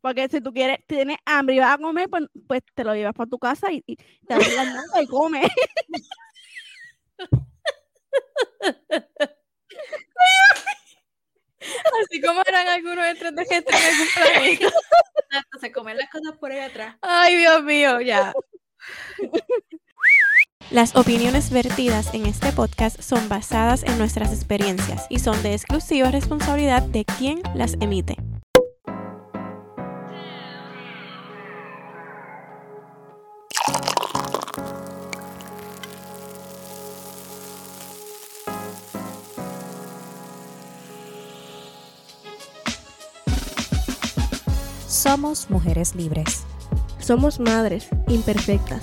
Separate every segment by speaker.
Speaker 1: Porque si tú quieres, tienes hambre y vas a comer, pues, pues te lo llevas para tu casa y, y te abres la mano y comes.
Speaker 2: Así como eran algunos de gente en algún planeta. Se comen las cosas por ahí atrás.
Speaker 1: Ay, Dios mío, ya.
Speaker 3: Las opiniones vertidas en este podcast son basadas en nuestras experiencias y son de exclusiva responsabilidad de quien las emite.
Speaker 4: Somos mujeres libres.
Speaker 5: Somos madres imperfectas.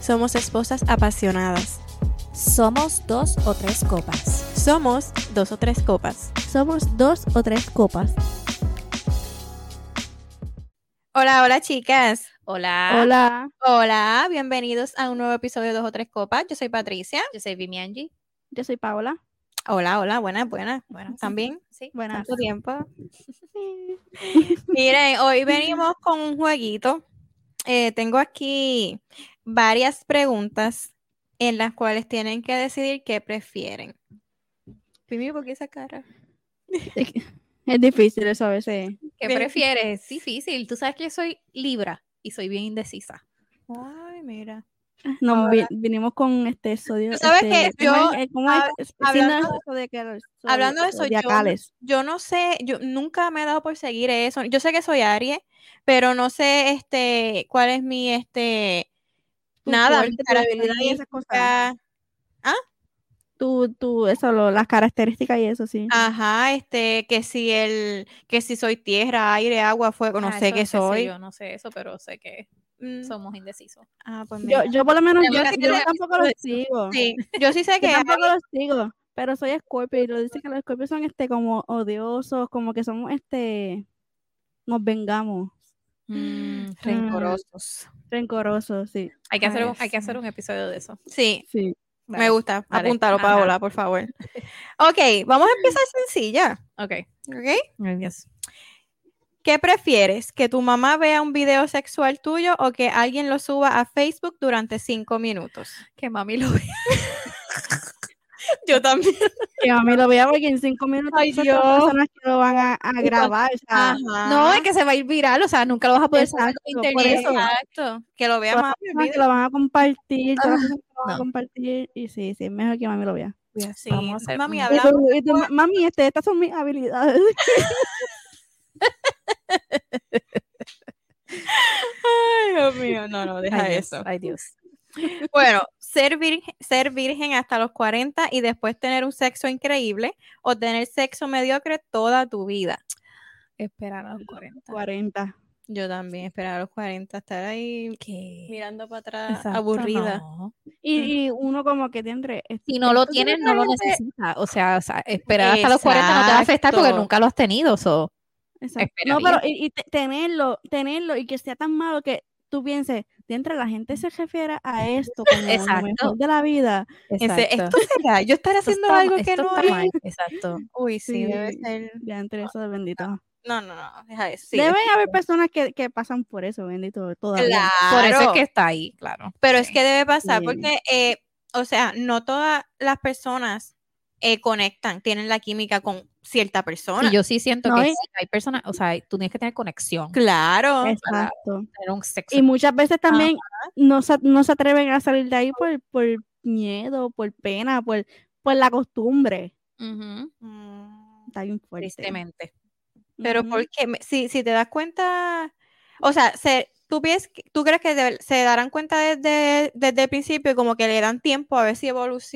Speaker 3: Somos esposas apasionadas.
Speaker 4: Somos dos o tres copas.
Speaker 3: Somos dos o tres copas.
Speaker 5: Somos dos o tres copas.
Speaker 3: Hola, hola chicas. Ah.
Speaker 2: Hola.
Speaker 1: Hola.
Speaker 3: Hola, bienvenidos a un nuevo episodio de Dos o Tres Copas. Yo soy Patricia.
Speaker 2: Yo soy Vimi Angie.
Speaker 1: Yo soy Paola.
Speaker 3: Hola, hola, buenas, buenas.
Speaker 2: Bueno,
Speaker 3: También,
Speaker 2: sí.
Speaker 1: Buenas.
Speaker 3: tanto tiempo. Miren, hoy venimos con un jueguito. Eh, tengo aquí varias preguntas en las cuales tienen que decidir qué prefieren. Pimi, ¿por qué esa cara?
Speaker 1: Es difícil eso a veces.
Speaker 2: ¿Qué
Speaker 3: Ven.
Speaker 2: prefieres? Es difícil. Tú sabes que yo soy Libra y soy bien indecisa.
Speaker 3: Ay, mira.
Speaker 1: Nos vi- vinimos con este sodio.
Speaker 3: Tú sabes
Speaker 1: este,
Speaker 3: que yo,
Speaker 1: ¿cómo es? ¿Cómo es?
Speaker 3: hab-
Speaker 1: Sí,
Speaker 3: hablando-
Speaker 1: no, eso de que los zodi-
Speaker 3: hablando de eso, yo-
Speaker 1: zodiacales.
Speaker 3: Yo no sé, yo nunca me he dado por seguir eso. Yo sé que soy Aries, pero no sé este cuál es mi este
Speaker 1: Tu
Speaker 3: nada, mi
Speaker 1: fuerte, tu debilidad y esas cosas.
Speaker 3: característica,
Speaker 1: Tú, tú, eso, lo- las características y eso,
Speaker 3: Ah,
Speaker 1: sí.
Speaker 3: Ajá, este, que si el, que si soy tierra, aire, agua, fuego, no
Speaker 2: Ah,
Speaker 3: sé
Speaker 2: eso
Speaker 3: qué
Speaker 2: sé
Speaker 3: soy.
Speaker 2: Yo no sé eso, pero sé que
Speaker 3: Mm,
Speaker 2: somos indecisos.
Speaker 3: Ah, pues
Speaker 1: Yo,
Speaker 3: mira.
Speaker 1: yo por lo menos, yo,
Speaker 3: Tenemos que
Speaker 1: yo
Speaker 3: hacer un
Speaker 1: tampoco los sigo.
Speaker 3: Sí, yo sí sé
Speaker 1: Yo
Speaker 3: que
Speaker 1: tampoco los sigo, pero soy Scorpio y lo dicen que los Scorpios son este como odiosos, como que somos este, nos vengamos,
Speaker 2: Mm,
Speaker 3: rencorosos.
Speaker 1: rencorosos, sí,
Speaker 2: Hay que, hacer un,
Speaker 3: Ay,
Speaker 2: hay que hacer un episodio de eso.
Speaker 3: Sí,
Speaker 1: sí.
Speaker 3: me gusta.
Speaker 2: dale.
Speaker 3: Apúntalo,
Speaker 2: Ajá.
Speaker 3: Paola, por favor. Ok, vamos a empezar sencilla.
Speaker 2: Ok.
Speaker 3: ¿ok? ¿Qué prefieres? ¿Que tu mamá vea un video sexual tuyo o que alguien lo suba a Facebook durante cinco minutos?
Speaker 2: Que mami lo vea.
Speaker 3: Yo también.
Speaker 1: Que a mí lo vea porque en cinco minutos
Speaker 3: Ay,
Speaker 1: esas
Speaker 3: Dios.
Speaker 1: personas que lo van a, a grabar, o sea,
Speaker 3: Ah,
Speaker 2: Ah.
Speaker 1: pues,
Speaker 2: No, es que se va a ir viral, o sea, nunca lo vas a poder saber
Speaker 1: Exacto,
Speaker 2: en
Speaker 1: por
Speaker 2: internet.
Speaker 1: eso.
Speaker 2: Exacto.
Speaker 3: que lo vea
Speaker 1: todas
Speaker 3: más.
Speaker 1: las personas que lo van a compartir, todas las personas que lo van
Speaker 2: no.
Speaker 1: a compartir, y sí, sí, es mejor que mami lo vea.
Speaker 2: Sí, vamos a hacer-
Speaker 3: mami,
Speaker 2: mm.
Speaker 1: Y tú-
Speaker 3: hablamos.
Speaker 1: y tú, "Ma- mami, este, estas son mis habilidades.
Speaker 3: Ay, Dios mío, no, no, deja
Speaker 2: Ay, Dios,
Speaker 3: eso.
Speaker 2: Ay, Dios.
Speaker 3: Bueno, ser virgen, ser virgen hasta los 40 y después tener un sexo increíble o tener sexo mediocre toda tu vida.
Speaker 2: Esperar a los 40.
Speaker 1: 40.
Speaker 3: Yo también esperar a los 40, estar ahí
Speaker 2: ¿Qué?
Speaker 3: mirando para atrás,
Speaker 2: Exacto,
Speaker 3: aburrida.
Speaker 2: no.
Speaker 1: Y, y uno como que este, tendré...
Speaker 2: Si no lo
Speaker 1: Entonces,
Speaker 2: tienes, no lo
Speaker 3: realmente-
Speaker 2: necesitas. O sea, o sea, esperar hasta los 40 no te va a afectar porque
Speaker 3: Exacto.
Speaker 2: nunca lo has tenido. so.
Speaker 1: Exacto.
Speaker 2: Espera
Speaker 1: No, pero y, y te- tenerlo, tenerlo y que sea tan malo que tú pienses, mientras la gente se refiera a esto como lo
Speaker 2: Exacto.
Speaker 1: mejor de la vida.
Speaker 3: Ese- esto será, yo estar
Speaker 2: Esto
Speaker 3: haciendo
Speaker 2: está-
Speaker 3: algo que
Speaker 2: esto
Speaker 3: no
Speaker 2: está
Speaker 3: es.
Speaker 2: mal, Exacto.
Speaker 3: Uy, sí, debe
Speaker 1: Sí.
Speaker 3: ser.
Speaker 1: Ya entre eso de bendito.
Speaker 3: No, no, no, deja eso. sí,
Speaker 1: Deben
Speaker 3: es-
Speaker 1: haber personas que, que pasan por eso, bendito, todavía.
Speaker 3: Claro.
Speaker 2: Por eso es que está ahí, claro.
Speaker 3: Pero es que debe pasar
Speaker 1: Sí.
Speaker 3: porque, eh, o sea, no todas las personas eh, conectan, tienen la química con cierta persona.
Speaker 2: Y yo sí siento
Speaker 1: No,
Speaker 2: que
Speaker 1: y-
Speaker 2: sí, hay personas, o sea, tú tienes que tener conexión,
Speaker 3: Claro.
Speaker 1: Exacto.
Speaker 2: tener un sexo.
Speaker 1: Y muchas veces también no se, no se atreven a salir de ahí por, por miedo, por pena, por, por la costumbre.
Speaker 2: Ujú,
Speaker 3: Mm,
Speaker 1: Está bien fuerte.
Speaker 2: Tristemente.
Speaker 3: Pero
Speaker 1: Ujú.
Speaker 3: porque me- si, si te das cuenta, o sea, se- ¿tú, piensas que- tú crees que de- se darán cuenta desde, desde el principio, como que le dan tiempo a ver si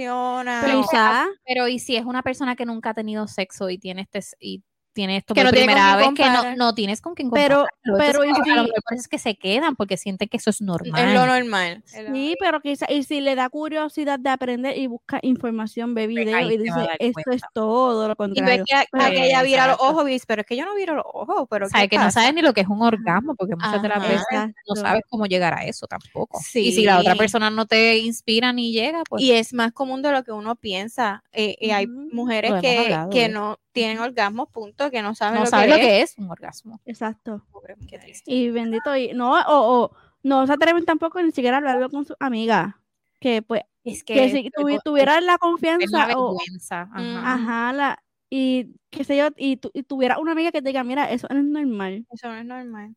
Speaker 3: evoluciona.
Speaker 1: Pero
Speaker 2: No.
Speaker 1: quizá-
Speaker 2: Pero y si es una persona que nunca ha tenido sexo y tiene este s- y tiene esto
Speaker 3: Que no
Speaker 2: por
Speaker 3: tiene con
Speaker 2: primera vez,
Speaker 3: quién
Speaker 2: que no,
Speaker 3: comparar.
Speaker 2: no tienes con quién
Speaker 1: Pero-
Speaker 2: compararlo.
Speaker 1: pero
Speaker 2: Entonces,
Speaker 1: y
Speaker 2: a lo
Speaker 1: si-
Speaker 2: mejor es que se quedan porque sienten que eso es normal.
Speaker 3: es lo normal. es lo
Speaker 1: Sí, pero quizás, y si le da curiosidad de aprender y busca información, ve video
Speaker 2: ahí
Speaker 1: y
Speaker 2: se va a
Speaker 1: dice,
Speaker 2: dar
Speaker 1: esto es
Speaker 2: cuenta".
Speaker 1: todo lo
Speaker 3: Y ves
Speaker 1: contrario.
Speaker 3: que a-
Speaker 1: Pero-
Speaker 3: aquella vira los
Speaker 2: Exacto.
Speaker 3: ojos, y dices, pero es que yo no viro los ojos, pero
Speaker 2: O sea,
Speaker 3: ¿qué
Speaker 2: que no
Speaker 3: pasa?".
Speaker 2: sabes ni lo que es un orgasmo, porque muchas de las
Speaker 3: Ajá.
Speaker 2: veces no
Speaker 1: Exacto.
Speaker 2: sabes cómo llegar a eso tampoco. Y si la otra
Speaker 3: Sí.
Speaker 2: persona no te inspira ni llega, pues
Speaker 3: Y es más común de lo que uno piensa. eh, eh, hay
Speaker 1: Ujú.
Speaker 3: mujeres
Speaker 2: Lo hemos
Speaker 3: que,
Speaker 2: hablado de
Speaker 3: que
Speaker 2: eso.
Speaker 3: no, tienen orgasmos, punto, que no saben
Speaker 6: No
Speaker 3: lo,
Speaker 6: sabe
Speaker 3: que
Speaker 6: lo
Speaker 3: es.
Speaker 6: que es un orgasmo.
Speaker 1: Exacto.
Speaker 3: Pobre
Speaker 2: Qué
Speaker 3: mujer.
Speaker 2: triste.
Speaker 1: Y bendito, y no, o, o no se atreven tampoco ni siquiera a hablarlo con su amiga. Que pues,
Speaker 6: Es
Speaker 1: que,
Speaker 6: es
Speaker 1: si tuvi-
Speaker 6: algo-
Speaker 1: tuvieran la
Speaker 6: es la
Speaker 1: confianza o,
Speaker 6: vergüenza. ajá.
Speaker 3: Mm.
Speaker 1: ajá, la, y qué sé yo, y, tu- y tuviera una amiga que te diga, mira, eso no es normal.
Speaker 3: Eso no es normal.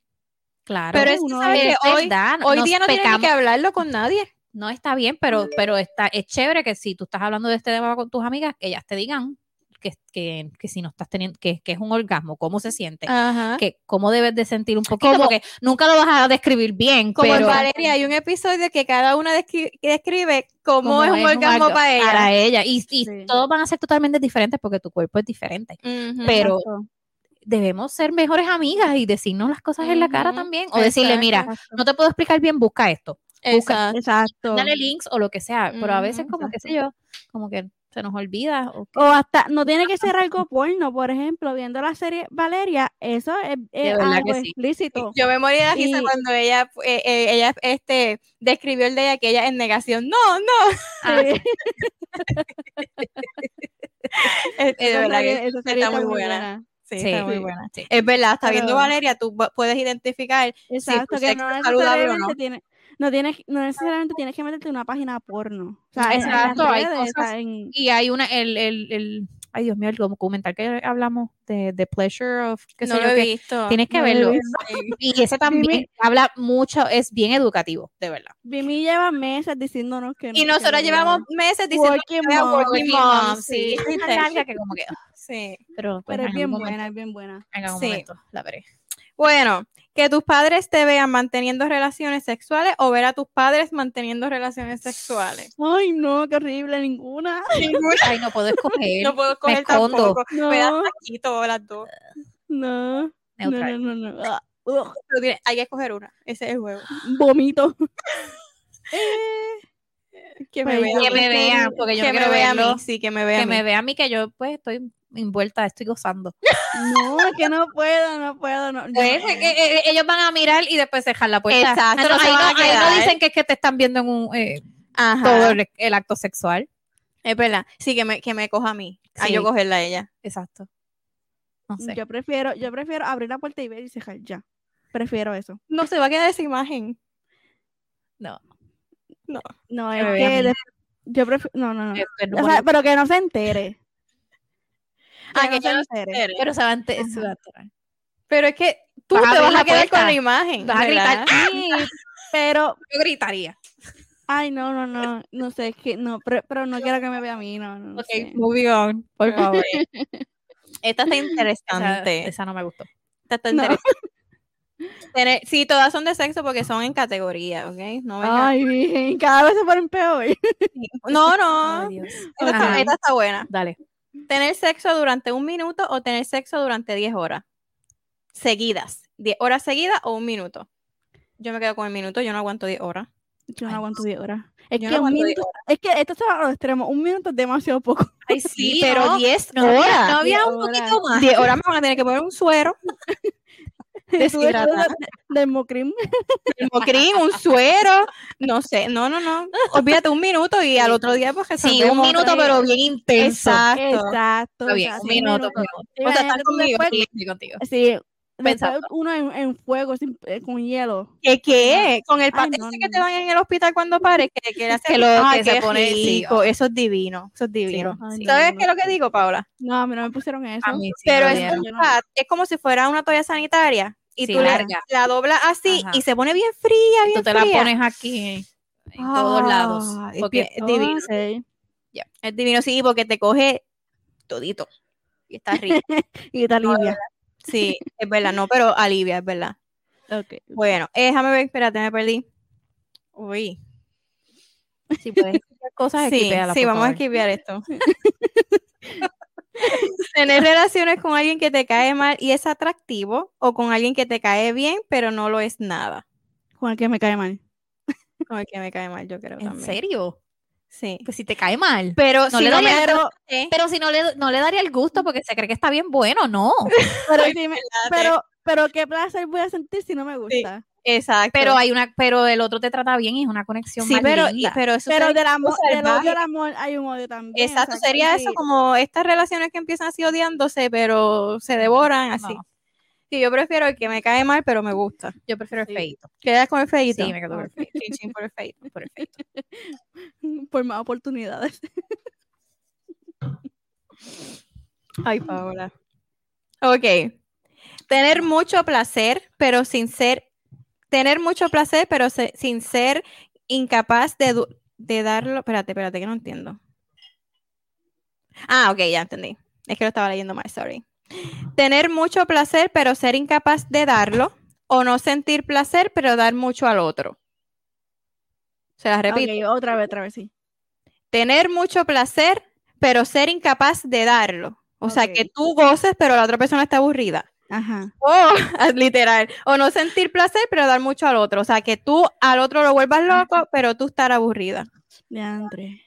Speaker 6: Claro.
Speaker 3: Pero es que,
Speaker 1: uno
Speaker 3: ¿sabes
Speaker 6: es
Speaker 3: qué? hoy,
Speaker 6: verdad,
Speaker 3: hoy
Speaker 6: nos
Speaker 3: día no tienen ni
Speaker 6: pecamos.
Speaker 3: que hablarlo con nadie.
Speaker 6: No está bien, pero, pero está, es chévere que si tú estás hablando de este tema con tus amigas, que ellas te digan que, que, que si no estás teniendo, que, que es un orgasmo, cómo se siente,
Speaker 3: Ajá.
Speaker 6: Eh, que cómo debes de sentir un poquito,
Speaker 3: Como-
Speaker 6: porque nunca lo vas a describir bien,
Speaker 3: Como en
Speaker 6: pero
Speaker 3: Valeria, hay un episodio que cada una descri- describe cómo,
Speaker 6: cómo
Speaker 3: es un orgasmo
Speaker 6: algo
Speaker 3: para ella.
Speaker 6: para ella. Y,
Speaker 1: Sí.
Speaker 6: y todos van a ser totalmente diferentes porque tu cuerpo es diferente.
Speaker 3: Ujú.
Speaker 6: Pero
Speaker 1: Exacto.
Speaker 6: debemos ser mejores amigas y decirnos las cosas en la cara
Speaker 3: Ujú,
Speaker 6: también. O decirle, mira,
Speaker 1: Exacto.
Speaker 6: no te puedo explicar bien, busca esto.
Speaker 3: Exacto.
Speaker 1: Exacto.
Speaker 6: Dale links o lo que sea. Pero a veces,
Speaker 3: Ujú,
Speaker 6: como, qué sé yo, como que se nos olvida. o-
Speaker 1: O hasta, no tiene que ser algo porno, por ejemplo, viendo la serie Valeria, eso es, es
Speaker 6: verdad
Speaker 1: algo
Speaker 6: que sí.
Speaker 1: explícito.
Speaker 3: Yo me morí de la risa
Speaker 1: Y-
Speaker 3: cuando ella, eh, eh, ella este, describió el de ella que ella en negación. No, no.
Speaker 1: Sí,
Speaker 3: Este, de
Speaker 1: esa
Speaker 3: verdad
Speaker 1: serie-
Speaker 3: que
Speaker 1: esa serie
Speaker 3: está muy buena. Sí,
Speaker 6: Sí,
Speaker 3: está muy
Speaker 6: sí.
Speaker 3: buena.
Speaker 6: Sí.
Speaker 3: Es verdad, está viendo
Speaker 1: Pero-
Speaker 3: Valeria, tú va- puedes identificar.
Speaker 1: Exacto,
Speaker 3: tu
Speaker 1: que
Speaker 3: sexo
Speaker 1: no
Speaker 3: es saludable o
Speaker 1: necesariamente,
Speaker 3: no.
Speaker 1: tiene- no, tienes, no necesariamente tienes que meterte en una página porno. O sea, en- en las
Speaker 6: Exacto, hay
Speaker 1: redes, o sea,
Speaker 6: cosas-
Speaker 1: en-
Speaker 6: Y hay una, el, el, el, ay Dios mío, el documental que hablamos de The Pleasure of, qué
Speaker 3: no
Speaker 6: sé
Speaker 3: lo
Speaker 6: yo,
Speaker 3: he
Speaker 6: que
Speaker 3: visto.
Speaker 6: tienes que
Speaker 1: No lo he
Speaker 6: verlo.
Speaker 1: visto.
Speaker 6: Y ese también
Speaker 1: Dime.
Speaker 6: habla mucho, es bien educativo, de verdad.
Speaker 1: Vimi lleva meses diciéndonos que
Speaker 3: Y
Speaker 1: no- que no
Speaker 3: nosotros llevamos meses diciendo
Speaker 1: Working
Speaker 3: que era
Speaker 1: mom,
Speaker 3: working mom, sí.
Speaker 6: Es una larga que como que, ah,
Speaker 3: Sí.
Speaker 6: pero, pues,
Speaker 1: Pero es
Speaker 6: en algún
Speaker 1: bien
Speaker 6: momento-
Speaker 1: buena, es bien buena.
Speaker 6: en algún
Speaker 3: Sí.
Speaker 6: momento la veré.
Speaker 3: Bueno, que tus padres te vean manteniendo relaciones sexuales o ver a tus padres manteniendo relaciones sexuales.
Speaker 1: Ay, no, qué horrible, ninguna.
Speaker 6: Ay, no puedo escoger.
Speaker 3: No puedo coger
Speaker 6: escondo.
Speaker 3: tampoco. Me da
Speaker 1: No,
Speaker 3: taquito las dos.
Speaker 1: no, no,
Speaker 6: neutral.
Speaker 1: no, no, no. Ah, ugh,
Speaker 3: Pero tiene- hay que escoger una. Ese es el juego.
Speaker 1: vomito.
Speaker 3: Que
Speaker 1: Pues
Speaker 3: me
Speaker 1: yo-
Speaker 6: Que
Speaker 3: vean.
Speaker 6: me vean, porque yo
Speaker 3: Que
Speaker 6: no
Speaker 3: me
Speaker 6: quiero
Speaker 3: vea a mí.
Speaker 6: verlo.
Speaker 3: Sí, que me vea
Speaker 6: Que
Speaker 3: a mí.
Speaker 6: me vea a mí que yo pues estoy envuelta, estoy gozando.
Speaker 1: No, es que no puedo, no puedo. No, yo no
Speaker 6: Pues, eh,
Speaker 1: puedo.
Speaker 6: eh, eh, ellos van a mirar y después dejar la puerta.
Speaker 3: Exacto, no se
Speaker 6: ahí,
Speaker 3: van a
Speaker 6: no, ahí no
Speaker 3: quedar.
Speaker 6: dicen que es que te están viendo en un, eh,
Speaker 3: Ajá.
Speaker 6: todo el, el acto sexual.
Speaker 3: Es verdad. Sí, que me, que me coja a mí. A
Speaker 6: Sí.
Speaker 3: yo cogerla a ella.
Speaker 6: Exacto. No sé.
Speaker 1: Yo prefiero, yo prefiero abrir la puerta y ver y cejar ya. Prefiero eso.
Speaker 3: No se va a quedar esa imagen.
Speaker 1: No,
Speaker 6: Que
Speaker 1: es
Speaker 6: me vea a
Speaker 1: que
Speaker 6: mí.
Speaker 1: de- yo prefiero, no, no, no.
Speaker 6: Eh, pero,
Speaker 1: O sea, pero que no se entere.
Speaker 3: Ah,
Speaker 1: Que
Speaker 3: que
Speaker 1: no se
Speaker 3: yo no
Speaker 1: entere.
Speaker 6: pero se va a ente- se va a enterar.
Speaker 3: Pero es que tú
Speaker 6: Vas a
Speaker 3: te
Speaker 6: abrir
Speaker 3: vas
Speaker 6: la
Speaker 3: a quedar
Speaker 6: puerta.
Speaker 3: con la imagen.
Speaker 6: Vas a
Speaker 3: ¿verdad?
Speaker 6: gritar. "Ay",
Speaker 1: Pero,
Speaker 6: Yo gritaría.
Speaker 1: ay, no, no, no, no sé, es que no, pero, pero no quiero que me vea a mí, no, no, no
Speaker 6: Ok,
Speaker 1: sé.
Speaker 6: moving on, por favor.
Speaker 3: Esta está
Speaker 6: esa,
Speaker 3: interesante.
Speaker 6: esa no me gustó.
Speaker 3: Esta está
Speaker 1: No.
Speaker 3: interesante. Tener- sí, todas son de sexo porque son en categoría, ¿ok? No, venga-
Speaker 1: Ay, virgen, cada vez se ponen peor.
Speaker 3: no, no.
Speaker 6: Ay, Dios.
Speaker 3: Esta, está,
Speaker 6: Ajá.
Speaker 3: esta está buena.
Speaker 6: Dale.
Speaker 3: Tener sexo durante un minuto o tener sexo durante 10 horas. Seguidas. 10 horas seguidas o un minuto. Yo me quedo con el minuto, yo no aguanto 10 horas.
Speaker 1: Yo
Speaker 6: Ay,
Speaker 1: no
Speaker 6: no
Speaker 1: aguanto 10 horas. Es que
Speaker 3: Yo no
Speaker 1: un
Speaker 3: aguanto 10
Speaker 1: minuto, es que esto se va a los extremos. Un minuto es demasiado poco.
Speaker 6: Ay,
Speaker 3: Sí,
Speaker 6: sí,
Speaker 3: pero
Speaker 6: ¿no?
Speaker 3: 10
Speaker 6: No,
Speaker 3: horas.
Speaker 6: no había un
Speaker 1: horas.
Speaker 6: poquito más.
Speaker 3: 10 horas me van a tener que poner un suero, Deshidratada.
Speaker 1: Del mocrim.
Speaker 3: un mocrín, un suero. No sé, no, no, no. Olvídate un minuto y al otro día pues que
Speaker 6: Sí, un minuto, pero bien intenso.
Speaker 3: Exacto.
Speaker 1: Exacto.
Speaker 6: Está
Speaker 1: o
Speaker 6: bien,
Speaker 1: sea,
Speaker 6: un
Speaker 1: sí,
Speaker 6: minuto, un
Speaker 1: pero-
Speaker 6: minuto.
Speaker 1: sí,
Speaker 3: O sea,
Speaker 1: imagínate
Speaker 3: estás
Speaker 1: tú
Speaker 3: conmigo.
Speaker 1: después-
Speaker 6: Sí, estoy contigo.
Speaker 1: Sí, después
Speaker 6: Pensando.
Speaker 1: uno en, en fuego, sin- eh, con hielo.
Speaker 3: ¿Qué qué? Con el
Speaker 1: Ay,
Speaker 3: paquete
Speaker 1: no,
Speaker 3: que
Speaker 1: no,
Speaker 3: te
Speaker 1: no.
Speaker 3: dan en el hospital cuando pares, que, que le hacen-
Speaker 6: Que lo-
Speaker 3: Ay,
Speaker 6: que se
Speaker 3: qué
Speaker 6: pone, sí,
Speaker 3: rico, Eso es divino, eso es divino.
Speaker 1: Ay, no,
Speaker 3: ¿Sabes
Speaker 1: no,
Speaker 3: qué es
Speaker 1: no.
Speaker 3: lo que digo, Paula?
Speaker 1: No, a mí no me pusieron eso.
Speaker 6: A mí sí
Speaker 3: Pero
Speaker 1: no,
Speaker 6: me
Speaker 3: es
Speaker 6: dieron.
Speaker 1: no,
Speaker 3: un
Speaker 1: yo no.
Speaker 3: pad, es como si fuera una toalla sanitaria y
Speaker 6: Sí,
Speaker 3: tú la,
Speaker 6: larga.
Speaker 3: la doblas así
Speaker 6: Ajá.
Speaker 3: y se pone bien fría, bien
Speaker 6: Tú te la
Speaker 3: fría.
Speaker 6: pones aquí en todos lados.
Speaker 3: Ah, es
Speaker 6: Porque
Speaker 3: bien- es divino.
Speaker 1: Ok.
Speaker 3: Es divino, sí, porque te coge todito. Y está rico.
Speaker 1: Y te alivia.
Speaker 3: Sí, es verdad, no, pero alivia, es verdad.
Speaker 1: Ok.
Speaker 3: Bueno, eh, déjame ver, espérate, me perdí. Uy.
Speaker 6: si puedes escribir cosas,
Speaker 3: sí,
Speaker 6: esquipéala,
Speaker 3: sí,
Speaker 6: por
Speaker 3: vamos a
Speaker 6: favor.
Speaker 3: esquivar esto. Tener relaciones con alguien que te cae mal y es atractivo o con alguien que te cae bien, pero no lo es nada.
Speaker 1: Con el que me cae mal.
Speaker 3: Con el que me cae mal, yo creo
Speaker 6: ¿En
Speaker 3: también.
Speaker 6: serio?
Speaker 3: Sí.
Speaker 6: Pues si te cae mal.
Speaker 3: Pero
Speaker 6: No
Speaker 3: si
Speaker 6: le
Speaker 3: no me
Speaker 6: daría-
Speaker 3: atrae,
Speaker 6: Pero si no le, no le daría el gusto porque se cree que está bien bueno, no.
Speaker 1: Pero, sí me-
Speaker 3: pero
Speaker 1: pero, pero qué placer voy a sentir si no me gusta.
Speaker 3: Exacto.
Speaker 6: Pero hay una, pero el otro te trata bien y es una conexión
Speaker 3: sí,
Speaker 6: más
Speaker 3: pero, y-
Speaker 6: linda.
Speaker 3: pero eso
Speaker 1: Pero
Speaker 3: sería
Speaker 1: del amor,
Speaker 3: algo
Speaker 1: del odio
Speaker 3: salvaje.
Speaker 1: al amor hay un odio también.
Speaker 3: Exacto,
Speaker 1: o sea,
Speaker 3: sería
Speaker 1: sí.
Speaker 3: eso como estas relaciones que empiezan así odiándose, pero se devoran así.
Speaker 6: No.
Speaker 3: Sí, yo prefiero el que me cae mal, pero me gusta.
Speaker 6: yo prefiero
Speaker 1: Sí.
Speaker 6: el feito.
Speaker 3: Quedas con el feito.
Speaker 6: Sí, me quedo con el feito.
Speaker 3: Chin, chin por el feito.
Speaker 6: por el feito.
Speaker 1: Por más oportunidades.
Speaker 3: Ay, Paola. Ok. Tener mucho placer, pero sin ser. Tener mucho placer, pero se- sin ser incapaz de, du- de darlo. Espérate, espérate, que no entiendo. Ah, ok, ya entendí. Es que lo estaba leyendo mal, sorry. Tener mucho placer, pero ser incapaz de darlo. O no sentir placer, pero dar mucho al otro. Se las repito
Speaker 1: Ok, otra vez, otra vez, sí.
Speaker 3: tener mucho placer, pero ser incapaz de darlo. O sea, que
Speaker 1: Ok.
Speaker 3: tú goces, pero la otra persona está aburrida.
Speaker 1: Ajá.
Speaker 3: O, literal. O no sentir placer, pero dar mucho al otro. O sea, que tú al otro lo vuelvas loco, pero tú estar aburrida.
Speaker 1: De André.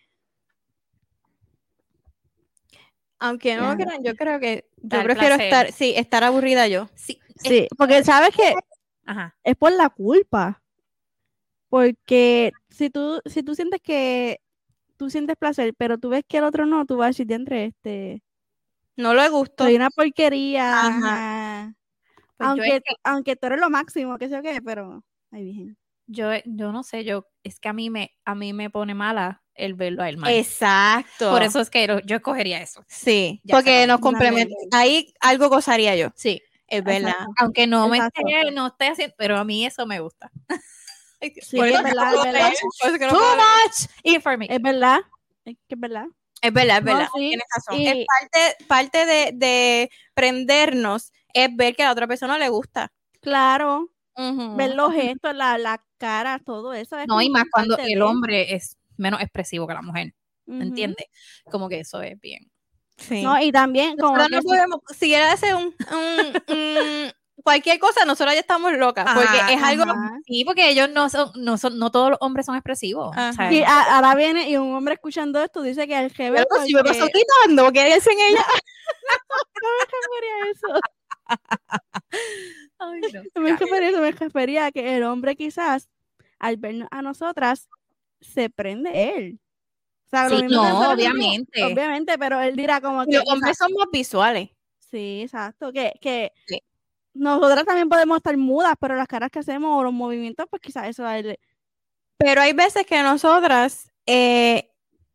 Speaker 3: Aunque no lo
Speaker 1: Ya.
Speaker 3: crean, yo creo que yo
Speaker 6: Dar
Speaker 3: prefiero
Speaker 6: placer.
Speaker 3: estar, sí, estar aburrida yo.
Speaker 6: Sí. eh,
Speaker 1: Sí, porque sabes que
Speaker 6: Ajá.
Speaker 1: es por la culpa. Porque si tú, si tú sientes que tú sientes placer, pero tú ves que el otro no, tú vas a decir, entre este,
Speaker 3: No le gusto.
Speaker 1: soy una porquería.
Speaker 3: Ajá.
Speaker 1: ajá".
Speaker 6: Pues yo
Speaker 1: aunque,
Speaker 6: es que-
Speaker 1: aunque tú eres lo máximo, que sé yo qué, pero, ay, virgen.
Speaker 6: Yo, yo no sé, yo, es que a mí me, a mí me pone mala el verlo a él mal.
Speaker 3: Exacto.
Speaker 6: Por eso es que lo- yo escogería eso.
Speaker 3: Sí,
Speaker 6: Ya
Speaker 3: porque
Speaker 6: se
Speaker 3: nos
Speaker 1: acabó.
Speaker 3: complementan. Ahí algo gozaría yo.
Speaker 6: Sí.
Speaker 3: Es verdad.
Speaker 1: Exacto.
Speaker 6: Aunque no me
Speaker 1: Exacto.
Speaker 6: esté, no esté haciendo, pero a mí eso me gusta.
Speaker 1: Sí,
Speaker 3: Por
Speaker 1: es
Speaker 3: eso no
Speaker 1: verdad, es
Speaker 3: puedo
Speaker 1: verdad.
Speaker 3: leer, por eso que no
Speaker 6: Too
Speaker 3: puedo leer.
Speaker 6: much information.
Speaker 1: Es verdad. Es que es verdad.
Speaker 3: Es verdad, es
Speaker 1: No,
Speaker 3: verdad.
Speaker 1: sí,
Speaker 3: Tienes razón.
Speaker 1: y-
Speaker 3: Es parte, parte de, de prendernos es ver que a la otra persona le gusta.
Speaker 1: Claro.
Speaker 3: Ujú.
Speaker 1: Ver los gestos, la, la cara, todo eso. es
Speaker 6: No, y
Speaker 1: como
Speaker 6: más cuando
Speaker 1: parte
Speaker 6: el
Speaker 1: de-
Speaker 6: hombre es menos expresivo que la mujer,
Speaker 1: Ujú.
Speaker 6: ¿me ¿entiendes? Como que eso es bien.
Speaker 3: Sí.
Speaker 1: No, y también como
Speaker 3: Nosotras
Speaker 1: que
Speaker 3: no
Speaker 1: si-
Speaker 3: podemos, si él hace un, un- un- cualquier cosa, nosotros ya estamos locas,
Speaker 6: Ajá,
Speaker 3: porque es algo
Speaker 1: Ajá.
Speaker 6: Sí, porque ellos no son, no son, no todos los hombres son expresivos.
Speaker 3: Ajá.
Speaker 6: ¿sabes?
Speaker 1: Y a- ahora viene y un hombre escuchando esto dice que el jefe
Speaker 3: Claro, si me
Speaker 1: porque-
Speaker 3: paso gritando, ¿qué dicen ella?
Speaker 1: me refería a eso.
Speaker 6: Ay, no.
Speaker 1: Me refería, a eso, me refería a que el hombre quizás al vernos a nosotras se prende él. O sea, lo
Speaker 6: Sí,
Speaker 1: mismo que
Speaker 6: no,
Speaker 1: nosotros,
Speaker 6: obviamente.
Speaker 1: Obviamente, pero él dirá como que
Speaker 3: Los hombres son más visuales.
Speaker 1: Sí, exacto. Que, que
Speaker 3: Sí.
Speaker 1: nosotras también podemos estar mudas, pero las caras que hacemos o los movimientos, pues quizás eso a él le-
Speaker 3: Pero hay veces que nosotras, eh,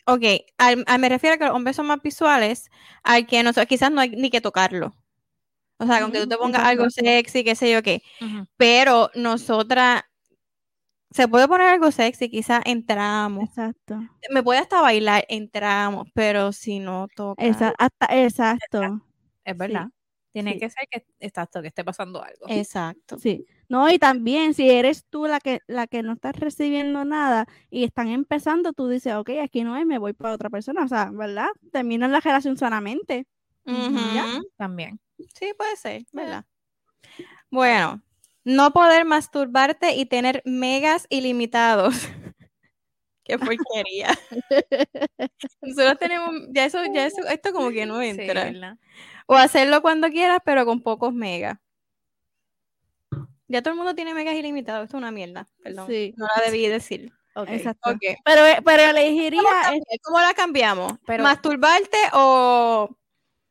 Speaker 3: ok, al- al- me refiero a que los hombres son más visuales, al que nosotros quizás no hay ni que tocarlo. O sea, aunque tú te
Speaker 1: Ujú,
Speaker 3: pongas algo
Speaker 1: exacto.
Speaker 3: sexy, qué sé yo qué,
Speaker 6: Ujú.
Speaker 3: pero nosotras, se puede poner algo sexy, quizás entramos.
Speaker 1: Exacto.
Speaker 3: Me puede hasta bailar, entramos, pero si no toca.
Speaker 1: Esa- hasta, exacto.
Speaker 6: Es verdad. Tiene
Speaker 1: sí.
Speaker 6: que ser que exacto, que esté pasando algo.
Speaker 3: Exacto.
Speaker 1: Sí. No, y también si eres tú la que, la que no estás recibiendo nada y están empezando, tú dices, ok, aquí no es, me voy para otra persona. O sea, ¿verdad? Terminan la relación sanamente.
Speaker 3: Ujú.
Speaker 6: Ya. También.
Speaker 3: Sí, puede ser, ¿verdad? Bueno, no poder masturbarte y tener megas ilimitados. Qué porquería. Nosotros tenemos, ya eso, ya eso, esto como que no
Speaker 6: Sí,
Speaker 3: entra.
Speaker 6: ¿verdad?
Speaker 3: o hacerlo cuando quieras, pero con pocos megas. Ya todo el mundo tiene megas ilimitados, esto es una mierda, perdón.
Speaker 1: Sí.
Speaker 3: No la debí decir.
Speaker 1: Exacto.
Speaker 3: Ok.
Speaker 1: Pero, pero elegiría,
Speaker 3: ¿Cómo,
Speaker 1: es-
Speaker 3: cambi- cómo la cambiamos?
Speaker 6: Pero-
Speaker 3: ¿Masturbarte o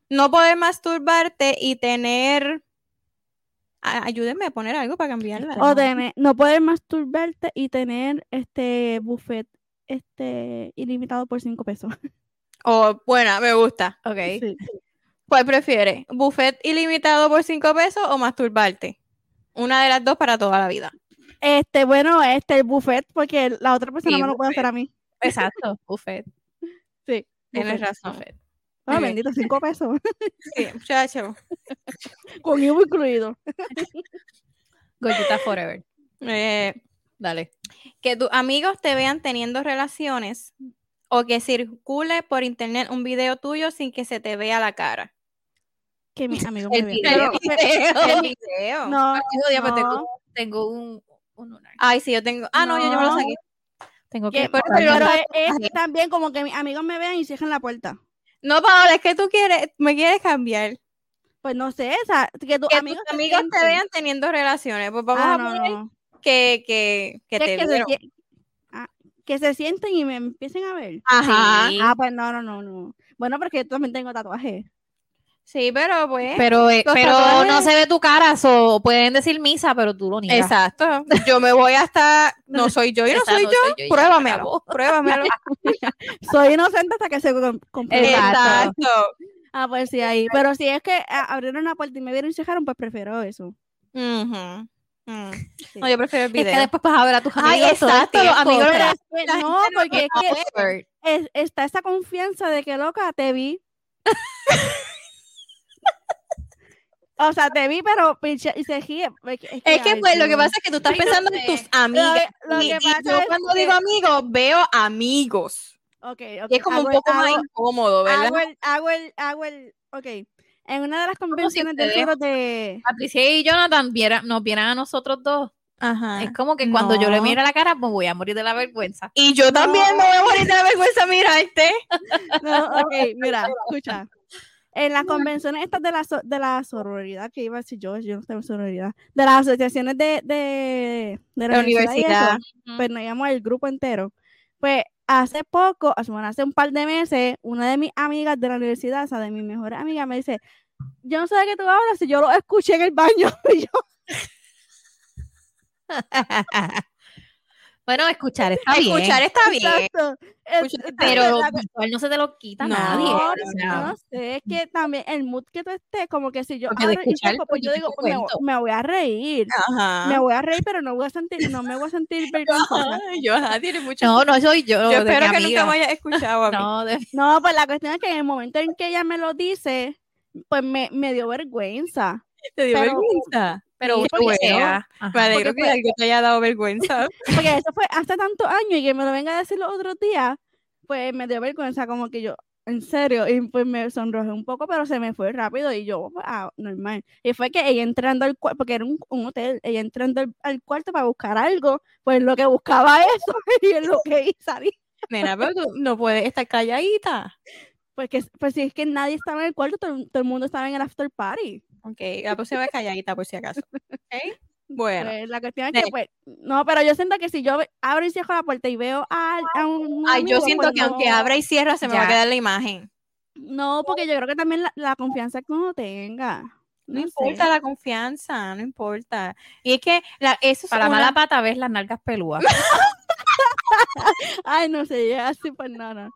Speaker 3: no poder masturbarte y tener... A- Ayúdenme a poner algo para cambiarla.
Speaker 1: o tener- no poder masturbarte y tener este buffet este ilimitado por cinco pesos.
Speaker 3: O, Oh, buena, me gusta.
Speaker 6: Ok.
Speaker 1: Sí.
Speaker 3: ¿Cuál prefieres? ¿Buffet ilimitado por 5 pesos o masturbarte? Una de las dos para toda la vida.
Speaker 1: Este, bueno, este, el buffet, porque la otra persona
Speaker 6: Sí,
Speaker 1: me lo puede hacer a mí.
Speaker 6: Exacto. Buffet.
Speaker 1: Sí.
Speaker 3: Tienes
Speaker 1: buffet.
Speaker 3: razón.
Speaker 6: Buffet.
Speaker 1: Ah,
Speaker 3: Ok.
Speaker 1: bendito, cinco pesos.
Speaker 3: Sí, muchacho.
Speaker 1: Con IVA incluido.
Speaker 6: Goyita Forever.
Speaker 3: Eh,
Speaker 6: Dale.
Speaker 3: que tus amigos te vean teniendo relaciones o que circule por internet un video tuyo sin que se te vea la cara.
Speaker 1: Que mis amigos me
Speaker 6: El
Speaker 1: vean.
Speaker 6: video.
Speaker 1: Pero-
Speaker 3: El video.
Speaker 1: No,
Speaker 6: Yo día, pues,
Speaker 1: no.
Speaker 6: tengo, tengo un, un lunar.
Speaker 3: Ay, sí, yo tengo. Ah, no, yo, yo me lo
Speaker 1: No.
Speaker 3: saqué.
Speaker 6: Tengo
Speaker 1: que-
Speaker 6: que.
Speaker 1: pero,
Speaker 3: pero-
Speaker 1: es, es también como que mis amigos me vean y cierren la puerta.
Speaker 3: No, Paola, es que tú quieres, me quieres cambiar.
Speaker 1: Pues no sé, o sea, que tus
Speaker 3: Que
Speaker 1: amigos,
Speaker 3: tus amigos te
Speaker 1: sienten.
Speaker 3: vean teniendo relaciones. Pues vamos
Speaker 1: Ah,
Speaker 3: a
Speaker 1: no,
Speaker 3: poner
Speaker 1: no.
Speaker 3: que, que, que
Speaker 1: Que,
Speaker 3: te
Speaker 1: que se,
Speaker 3: vieron.
Speaker 1: sie- ah, que se sienten y me empiecen a ver.
Speaker 3: Ajá.
Speaker 6: Sí.
Speaker 1: Ah, pues no, no, no, no. Bueno, porque yo también tengo tatuaje.
Speaker 3: Sí, pero pues.
Speaker 6: Pero, eh,
Speaker 3: Los
Speaker 6: pero
Speaker 3: tatuajes-
Speaker 6: no se ve tu cara, so, pueden decir misa, pero tú lo niegas.
Speaker 3: Exacto. Yo me voy hasta. No soy yo y no
Speaker 6: Esa
Speaker 3: soy
Speaker 6: no
Speaker 3: yo.
Speaker 6: soy yo y ya se
Speaker 3: Pruébamelo.
Speaker 6: acabó.
Speaker 3: Pruébamelo.
Speaker 1: Soy inocente hasta que se com- compruebe.
Speaker 3: Eh.
Speaker 6: Exacto.
Speaker 3: Exacto.
Speaker 1: Ah, pues sí, ahí. Pero si es que ah, abrieron la puerta y me vieron y se dejaron, pues prefiero eso.
Speaker 3: Ujú. Mm. No, yo prefiero el
Speaker 6: Es
Speaker 3: video.
Speaker 6: que después vas a ver a tus amigos.
Speaker 3: Ay,
Speaker 6: todo el
Speaker 3: exacto, los
Speaker 6: tiempo.
Speaker 3: amigos
Speaker 6: O
Speaker 3: de
Speaker 6: sea,
Speaker 3: la-
Speaker 1: Pues
Speaker 3: la
Speaker 1: no,
Speaker 3: gente
Speaker 1: porque es que
Speaker 3: Awkward.
Speaker 1: es- está esa confianza de que loca te vi. o sea, te vi, pero pinche, y se ríe. Es que,
Speaker 3: Es que
Speaker 1: ay,
Speaker 3: pues lo que
Speaker 1: Dios.
Speaker 3: pasa es que tú estás
Speaker 2: Ay, no
Speaker 3: pensando en
Speaker 2: sé.
Speaker 3: tus amigas.
Speaker 1: Lo- lo
Speaker 3: y,
Speaker 1: que
Speaker 3: y
Speaker 1: pasa
Speaker 3: yo
Speaker 1: es
Speaker 3: cuando
Speaker 1: que-
Speaker 3: digo amigos, veo amigos.
Speaker 1: Ok, ok,
Speaker 3: Y es como
Speaker 1: hago
Speaker 3: un
Speaker 1: el-
Speaker 3: poco más
Speaker 1: hago-
Speaker 3: incómodo, ¿verdad?
Speaker 1: Hago el, hago el, hago el, ok. En una de las
Speaker 6: si
Speaker 1: convenciones del
Speaker 6: ustedes-
Speaker 1: foro de...
Speaker 6: Patricia y Jonathan viera- nos vieran a nosotros dos.
Speaker 3: Ajá.
Speaker 6: es como que cuando yo
Speaker 3: Ah,
Speaker 6: le
Speaker 3: no.
Speaker 6: miro la cara, pues voy a morir de la vergüenza.
Speaker 3: Y yo también me voy a morir de la vergüenza mirarte.
Speaker 1: No, ok, mira, escucha. En las convenciones estas de la, so- de la sororidad, que iba a decir yo, yo no tengo sororidad, de las asociaciones de, de, de
Speaker 3: La universidad.
Speaker 1: y eso, pues nos llamó el grupo entero. Pues hace poco, hace- bueno, hace un par de meses, una de mis amigas de la universidad, o sea, de mis mejores amigas, me dice, yo no sé de qué tú hablas, si yo lo escuché en el baño. Y yo,
Speaker 6: Bueno, escuchar está bien.
Speaker 3: Escuchar está bien.
Speaker 1: Exacto. Es-
Speaker 3: Escucha,
Speaker 1: entonces,
Speaker 6: pero
Speaker 1: la-
Speaker 6: visual no se te lo quita
Speaker 3: No,
Speaker 6: nadie.
Speaker 1: No,
Speaker 6: o sea, mm.
Speaker 1: no sé, es que también el mood que tú estés, como que si yo
Speaker 6: Porque de
Speaker 1: abro y
Speaker 6: escuchar
Speaker 1: saco, pues yo
Speaker 6: cualquier
Speaker 1: digo,
Speaker 6: tipo de
Speaker 1: me, vo-
Speaker 6: cuento".
Speaker 1: me voy a reír,
Speaker 3: Ajá.
Speaker 1: me voy a reír, pero no voy a sentir, no me voy a sentir vergonzosa.
Speaker 3: Ay, yo, ajá, tiene mucho.
Speaker 6: No, no soy yo.
Speaker 3: yo
Speaker 6: de mi
Speaker 3: espero que nunca
Speaker 6: amiga.
Speaker 3: me hayas escuchado a mí.
Speaker 6: No, de-
Speaker 1: No, pues la cuestión es que en el momento en que ella me lo dice, pues me, me dio vergüenza.
Speaker 3: Te dio
Speaker 1: pero-
Speaker 3: vergüenza.
Speaker 6: pero
Speaker 1: Sí,
Speaker 6: bueno,
Speaker 1: porque-
Speaker 6: sea, ajá.
Speaker 3: Me alegro
Speaker 1: porque
Speaker 3: que
Speaker 1: fue-
Speaker 3: algo te haya dado vergüenza.
Speaker 1: Porque eso fue hace tantos años y que me lo venga a decir los otros días, pues me dio vergüenza, como que yo, en serio, y pues me sonrojé un poco, pero se me fue rápido y yo, ah, normal. Y fue que ella entrando al cuarto, porque era un, un hotel, ella entrando al, al cuarto para buscar algo, pues lo que buscaba eso y es lo que hice salí.
Speaker 3: Nena, pero tú no puedes estar calladita.
Speaker 1: Pues, que, pues si es que nadie estaba en el cuarto, todo, todo el mundo estaba en el after party.
Speaker 3: Ok, la próxima vez calladita por si acaso. Ok, Bueno.
Speaker 1: Pues, la cuestión es que,
Speaker 3: next.
Speaker 1: pues, no, pero yo siento que si yo abro y cierro la puerta y veo a, a un.
Speaker 3: Ay, yo
Speaker 1: amigo,
Speaker 3: siento
Speaker 1: pues,
Speaker 3: que aunque
Speaker 1: no.
Speaker 3: abra y cierra se me va a
Speaker 6: Ya.
Speaker 3: quedar la imagen.
Speaker 1: No, porque yo creo que también la, la confianza que uno tenga.
Speaker 3: No
Speaker 1: sé.
Speaker 3: importa la confianza, no importa. Y es que la, eso es
Speaker 6: para la
Speaker 3: una-
Speaker 6: mala pata ves las nalgas pelúas.
Speaker 1: Ay, no sé, ya así pues no, no.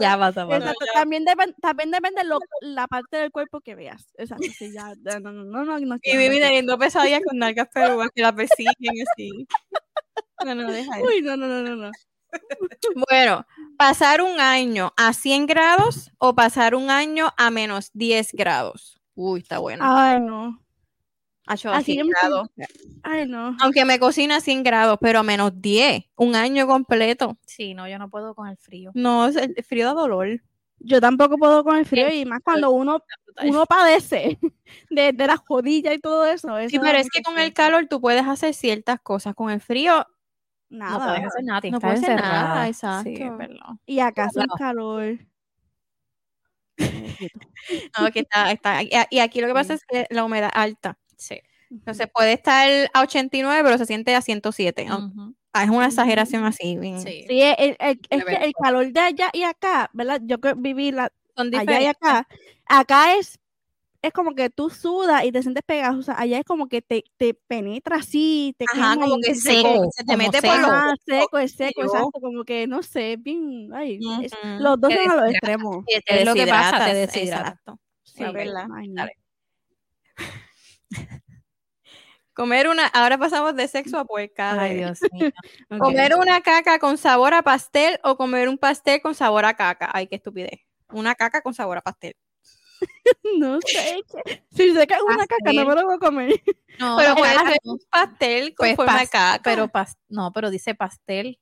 Speaker 6: ya pasa, pasa.
Speaker 1: Exacto, También, depen- también depende lo- la parte del cuerpo que veas. Exacto, sí, ya. ya, No, no, no, no, no
Speaker 3: Y
Speaker 1: quiero, no
Speaker 3: viví
Speaker 1: quiero.
Speaker 3: teniendo pesadillas con nalgas peruas que la persiguen así. No, no, deja eso.
Speaker 1: Uy, no, no, no, no, no.
Speaker 3: Bueno, pasar un año a 100 grados o pasar un año a menos 10 grados. Uy, está bueno.
Speaker 1: Ay, no.
Speaker 3: A yo
Speaker 1: a
Speaker 3: a 100
Speaker 1: 100
Speaker 3: grados.
Speaker 1: Ay, no.
Speaker 3: Aunque me cocina a 100 grados, pero a menos 10, un año completo.
Speaker 6: Sí, no, yo no puedo con el frío.
Speaker 3: No, es- el frío da dolor.
Speaker 1: Yo tampoco puedo con el frío y más cuando uno, uno padece de, de la jodilla y todo eso.
Speaker 3: Sí,
Speaker 1: eso da
Speaker 3: pero es
Speaker 1: mucho
Speaker 3: que con el
Speaker 1: frío.
Speaker 3: calor tú puedes hacer ciertas cosas. Con el frío,
Speaker 6: No
Speaker 1: Nada.
Speaker 6: puedes hacer nada, tienes
Speaker 3: No
Speaker 6: que estar
Speaker 3: puedes hacer nada,
Speaker 6: encerrada.
Speaker 3: exacto.
Speaker 6: Sí, es verdad.
Speaker 1: y acaso el
Speaker 6: No.
Speaker 1: calor.
Speaker 3: no, que está, está- y a- Y aquí lo que pasa es que la humedad alta.
Speaker 6: Sí.
Speaker 3: Entonces puede estar a 89, pero se siente a 107. ¿no?
Speaker 6: Ujú.
Speaker 3: Ah, Es una exageración así. bien-
Speaker 6: Sí.
Speaker 1: Sí, el- el- el- es que
Speaker 6: verdad.
Speaker 1: el calor de allá y acá, ¿verdad? Yo que viví la,
Speaker 3: Son
Speaker 1: allá y
Speaker 3: diferentes.
Speaker 1: acá. Acá es, es como que tú sudas y te sientes pegajosa. Allá es como que te, te penetra así, te
Speaker 3: Ajá,
Speaker 1: quema
Speaker 3: como
Speaker 1: y-
Speaker 3: que
Speaker 1: y-
Speaker 3: se, co-
Speaker 6: seco,
Speaker 3: se te
Speaker 6: como
Speaker 3: mete por los...
Speaker 1: Ajá, seco, es seco,
Speaker 3: yo-
Speaker 1: exacto, como que no sé, bien, ay, es-
Speaker 3: Ujú.
Speaker 1: los dos
Speaker 6: Te
Speaker 1: son a los
Speaker 6: deshidrata.
Speaker 1: extremos.
Speaker 3: Que
Speaker 6: es lo que pasa, te
Speaker 3: deshidratas,
Speaker 6: deshidrata.
Speaker 3: exacto.
Speaker 1: Sí,
Speaker 3: es verdad.
Speaker 1: ay, no.
Speaker 3: Dale. Comer una... Ahora pasamos de sexo a puercada.
Speaker 6: Ay, Dios mío.
Speaker 1: Ok.
Speaker 3: Comer una caca con sabor a pastel o comer un pastel con sabor a caca. Ay, qué estupidez. Una caca con sabor a pastel.
Speaker 1: No sé, que- si se cae una caca, no me lo voy a comer.
Speaker 6: No,
Speaker 3: Pero
Speaker 6: no,
Speaker 3: puede
Speaker 6: claro,
Speaker 3: ser
Speaker 6: no.
Speaker 3: un pastel con
Speaker 6: Pues
Speaker 3: forma de
Speaker 6: pas-
Speaker 3: caca.
Speaker 6: pero pas- no, pero dice pastel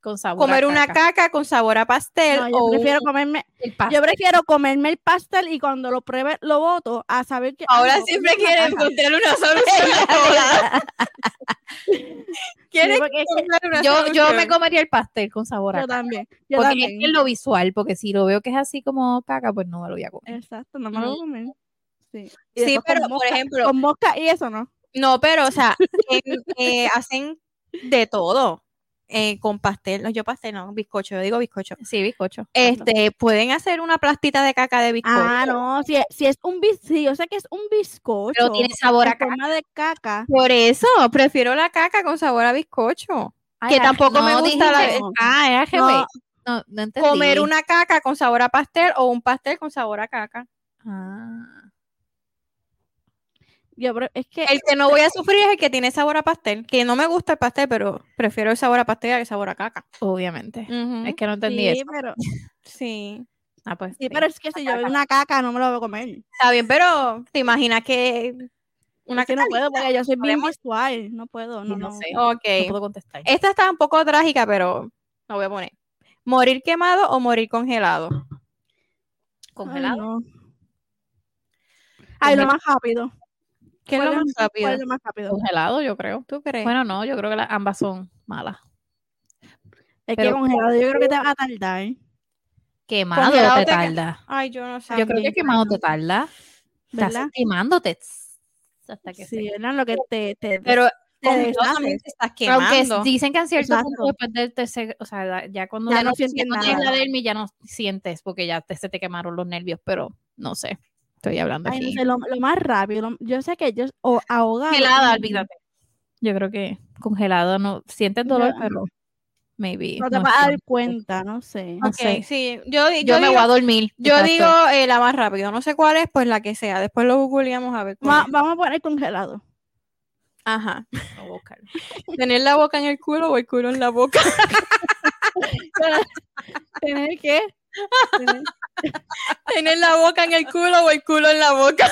Speaker 6: con sabor. a
Speaker 3: comer una caca con sabor a pastel
Speaker 1: No, yo
Speaker 3: o
Speaker 1: prefiero
Speaker 3: un-
Speaker 1: comerme,
Speaker 6: El pastel.
Speaker 1: yo prefiero comerme el pastel y cuando lo pruebe lo boto a saber que. ay,
Speaker 3: Ahora
Speaker 1: no,
Speaker 3: siempre
Speaker 1: comí una
Speaker 3: quieren
Speaker 1: caca.
Speaker 3: encontrar una solución a todas.
Speaker 1: Sí,
Speaker 3: Quieren
Speaker 1: porque es que-
Speaker 3: encontrar una
Speaker 6: yo, yo me
Speaker 3: solución.
Speaker 6: comería el pastel con sabor a
Speaker 1: Yo
Speaker 6: caca.
Speaker 1: también. Yo
Speaker 6: Porque es
Speaker 1: también.
Speaker 6: que es lo visual, porque si lo veo que es así como caca, pues no me lo voy a comer.
Speaker 1: Exacto, no me lo voy a comer. Sí, Y
Speaker 3: Sí,
Speaker 1: después con
Speaker 3: pero por
Speaker 1: mosca-
Speaker 3: ejemplo,
Speaker 1: Con mosca y eso no.
Speaker 3: No, pero, o sea, en- eh, hacen de todo. eh, con pastel, no, yo pastel, no, bizcocho, yo digo bizcocho.
Speaker 6: Sí, bizcocho.
Speaker 3: Este, pueden hacer una plastita de caca de bizcocho.
Speaker 1: Ah, no, si es, si es un bizcocho, yo sé que es un bizcocho.
Speaker 6: Pero tiene sabor a
Speaker 1: en forma de caca.
Speaker 3: Por eso, prefiero la caca con sabor a bizcocho.
Speaker 6: Ay,
Speaker 3: Que
Speaker 6: la-
Speaker 3: tampoco me
Speaker 6: no
Speaker 3: gusta la.
Speaker 6: dijiste-
Speaker 3: Ah, era que
Speaker 6: No,
Speaker 3: wey.
Speaker 6: no, no entendí.
Speaker 3: Comer una caca con sabor a pastel o un pastel con sabor a caca.
Speaker 6: Ah.
Speaker 1: Yo, pre- es que
Speaker 3: El que no voy a sufrir es el que tiene sabor a pastel. Que no me gusta el pastel, pero prefiero el sabor a pastel al sabor a caca.
Speaker 6: Obviamente. Es que no entendí
Speaker 1: sí,
Speaker 6: eso.
Speaker 1: pero,
Speaker 3: Sí.
Speaker 6: Ah, pues.
Speaker 1: sí, pero es que si yo veo una caca, no me la voy a comer.
Speaker 3: Está bien, pero ¿te imaginas que una
Speaker 1: Es que no
Speaker 3: caca?
Speaker 1: puedo porque yo soy bien
Speaker 3: Podemos-
Speaker 1: visual. No puedo,
Speaker 6: Sí,
Speaker 1: no,
Speaker 6: no
Speaker 1: no.
Speaker 6: sé. No
Speaker 3: Ok. Eh,
Speaker 6: puedo contestar.
Speaker 3: Esta está un poco trágica, pero no voy a poner. ¿Morir quemado o morir congelado?
Speaker 1: Ay,
Speaker 6: Congelado.
Speaker 1: no. Ay, lo
Speaker 6: Congelado.
Speaker 1: más rápido.
Speaker 3: ¿Qué es
Speaker 1: ¿Cuál
Speaker 3: lo más
Speaker 1: es-
Speaker 3: rápido?
Speaker 1: cuál es lo más rápido?
Speaker 6: Congelado, yo creo.
Speaker 3: ¿Tú crees?
Speaker 6: Bueno, no, yo creo que las ambas son malas.
Speaker 1: Es que
Speaker 6: Pero-
Speaker 1: congelado, yo creo que te va a tardar.
Speaker 6: Quemado
Speaker 3: Congelado
Speaker 6: te
Speaker 3: te ca-
Speaker 6: tarda.
Speaker 3: Ay, yo no sé.
Speaker 6: Yo creo que quemado te tarda.
Speaker 1: ¿Verdad?
Speaker 6: Estás quemándote. tss, Hasta que
Speaker 1: Sí, era lo que te. te
Speaker 3: Pero
Speaker 1: te
Speaker 3: congelado
Speaker 1: deshaces.
Speaker 3: también te estás
Speaker 6: se- Aunque
Speaker 3: quemando.
Speaker 6: dicen que en cierto
Speaker 1: Exacto.
Speaker 6: punto después del tercer, o sea, la- ya cuando
Speaker 1: Ya
Speaker 6: ya
Speaker 1: no
Speaker 6: no,
Speaker 1: sientes
Speaker 6: cuando tienes
Speaker 1: nada.
Speaker 6: la dermis ya no sientes porque ya te, se te quemaron los nervios, pero no sé. Estoy hablando
Speaker 1: Ay, no
Speaker 6: aquí.
Speaker 1: sé, lo, lo más rápido. lo- yo sé que yo. O ahogado.
Speaker 6: Congelada,
Speaker 1: mm,
Speaker 6: olvídate. Yo creo que congelado no sientes
Speaker 1: Yo-
Speaker 6: dolor, pero maybe.
Speaker 1: No te
Speaker 6: no
Speaker 1: vas a
Speaker 6: sientes.
Speaker 1: dar cuenta, no sé.
Speaker 6: no
Speaker 3: Ok,
Speaker 6: sé.
Speaker 3: sí. Yo, di-
Speaker 6: Yo,
Speaker 3: yo
Speaker 6: me
Speaker 3: digo,
Speaker 6: voy a dormir.
Speaker 3: yo
Speaker 6: Exacto.
Speaker 3: digo, eh, la más rápida. No sé cuál es, pues la que sea. Después lo googleamos a ver. cuál
Speaker 1: Va-
Speaker 3: es.
Speaker 1: vamos a poner congelado.
Speaker 3: Ajá.
Speaker 6: Voy a buscarlo.
Speaker 3: Tener la boca en el culo o el culo en la boca.
Speaker 1: ¿Tener qué? Tener-
Speaker 3: Tener la boca en el culo o el culo en la boca.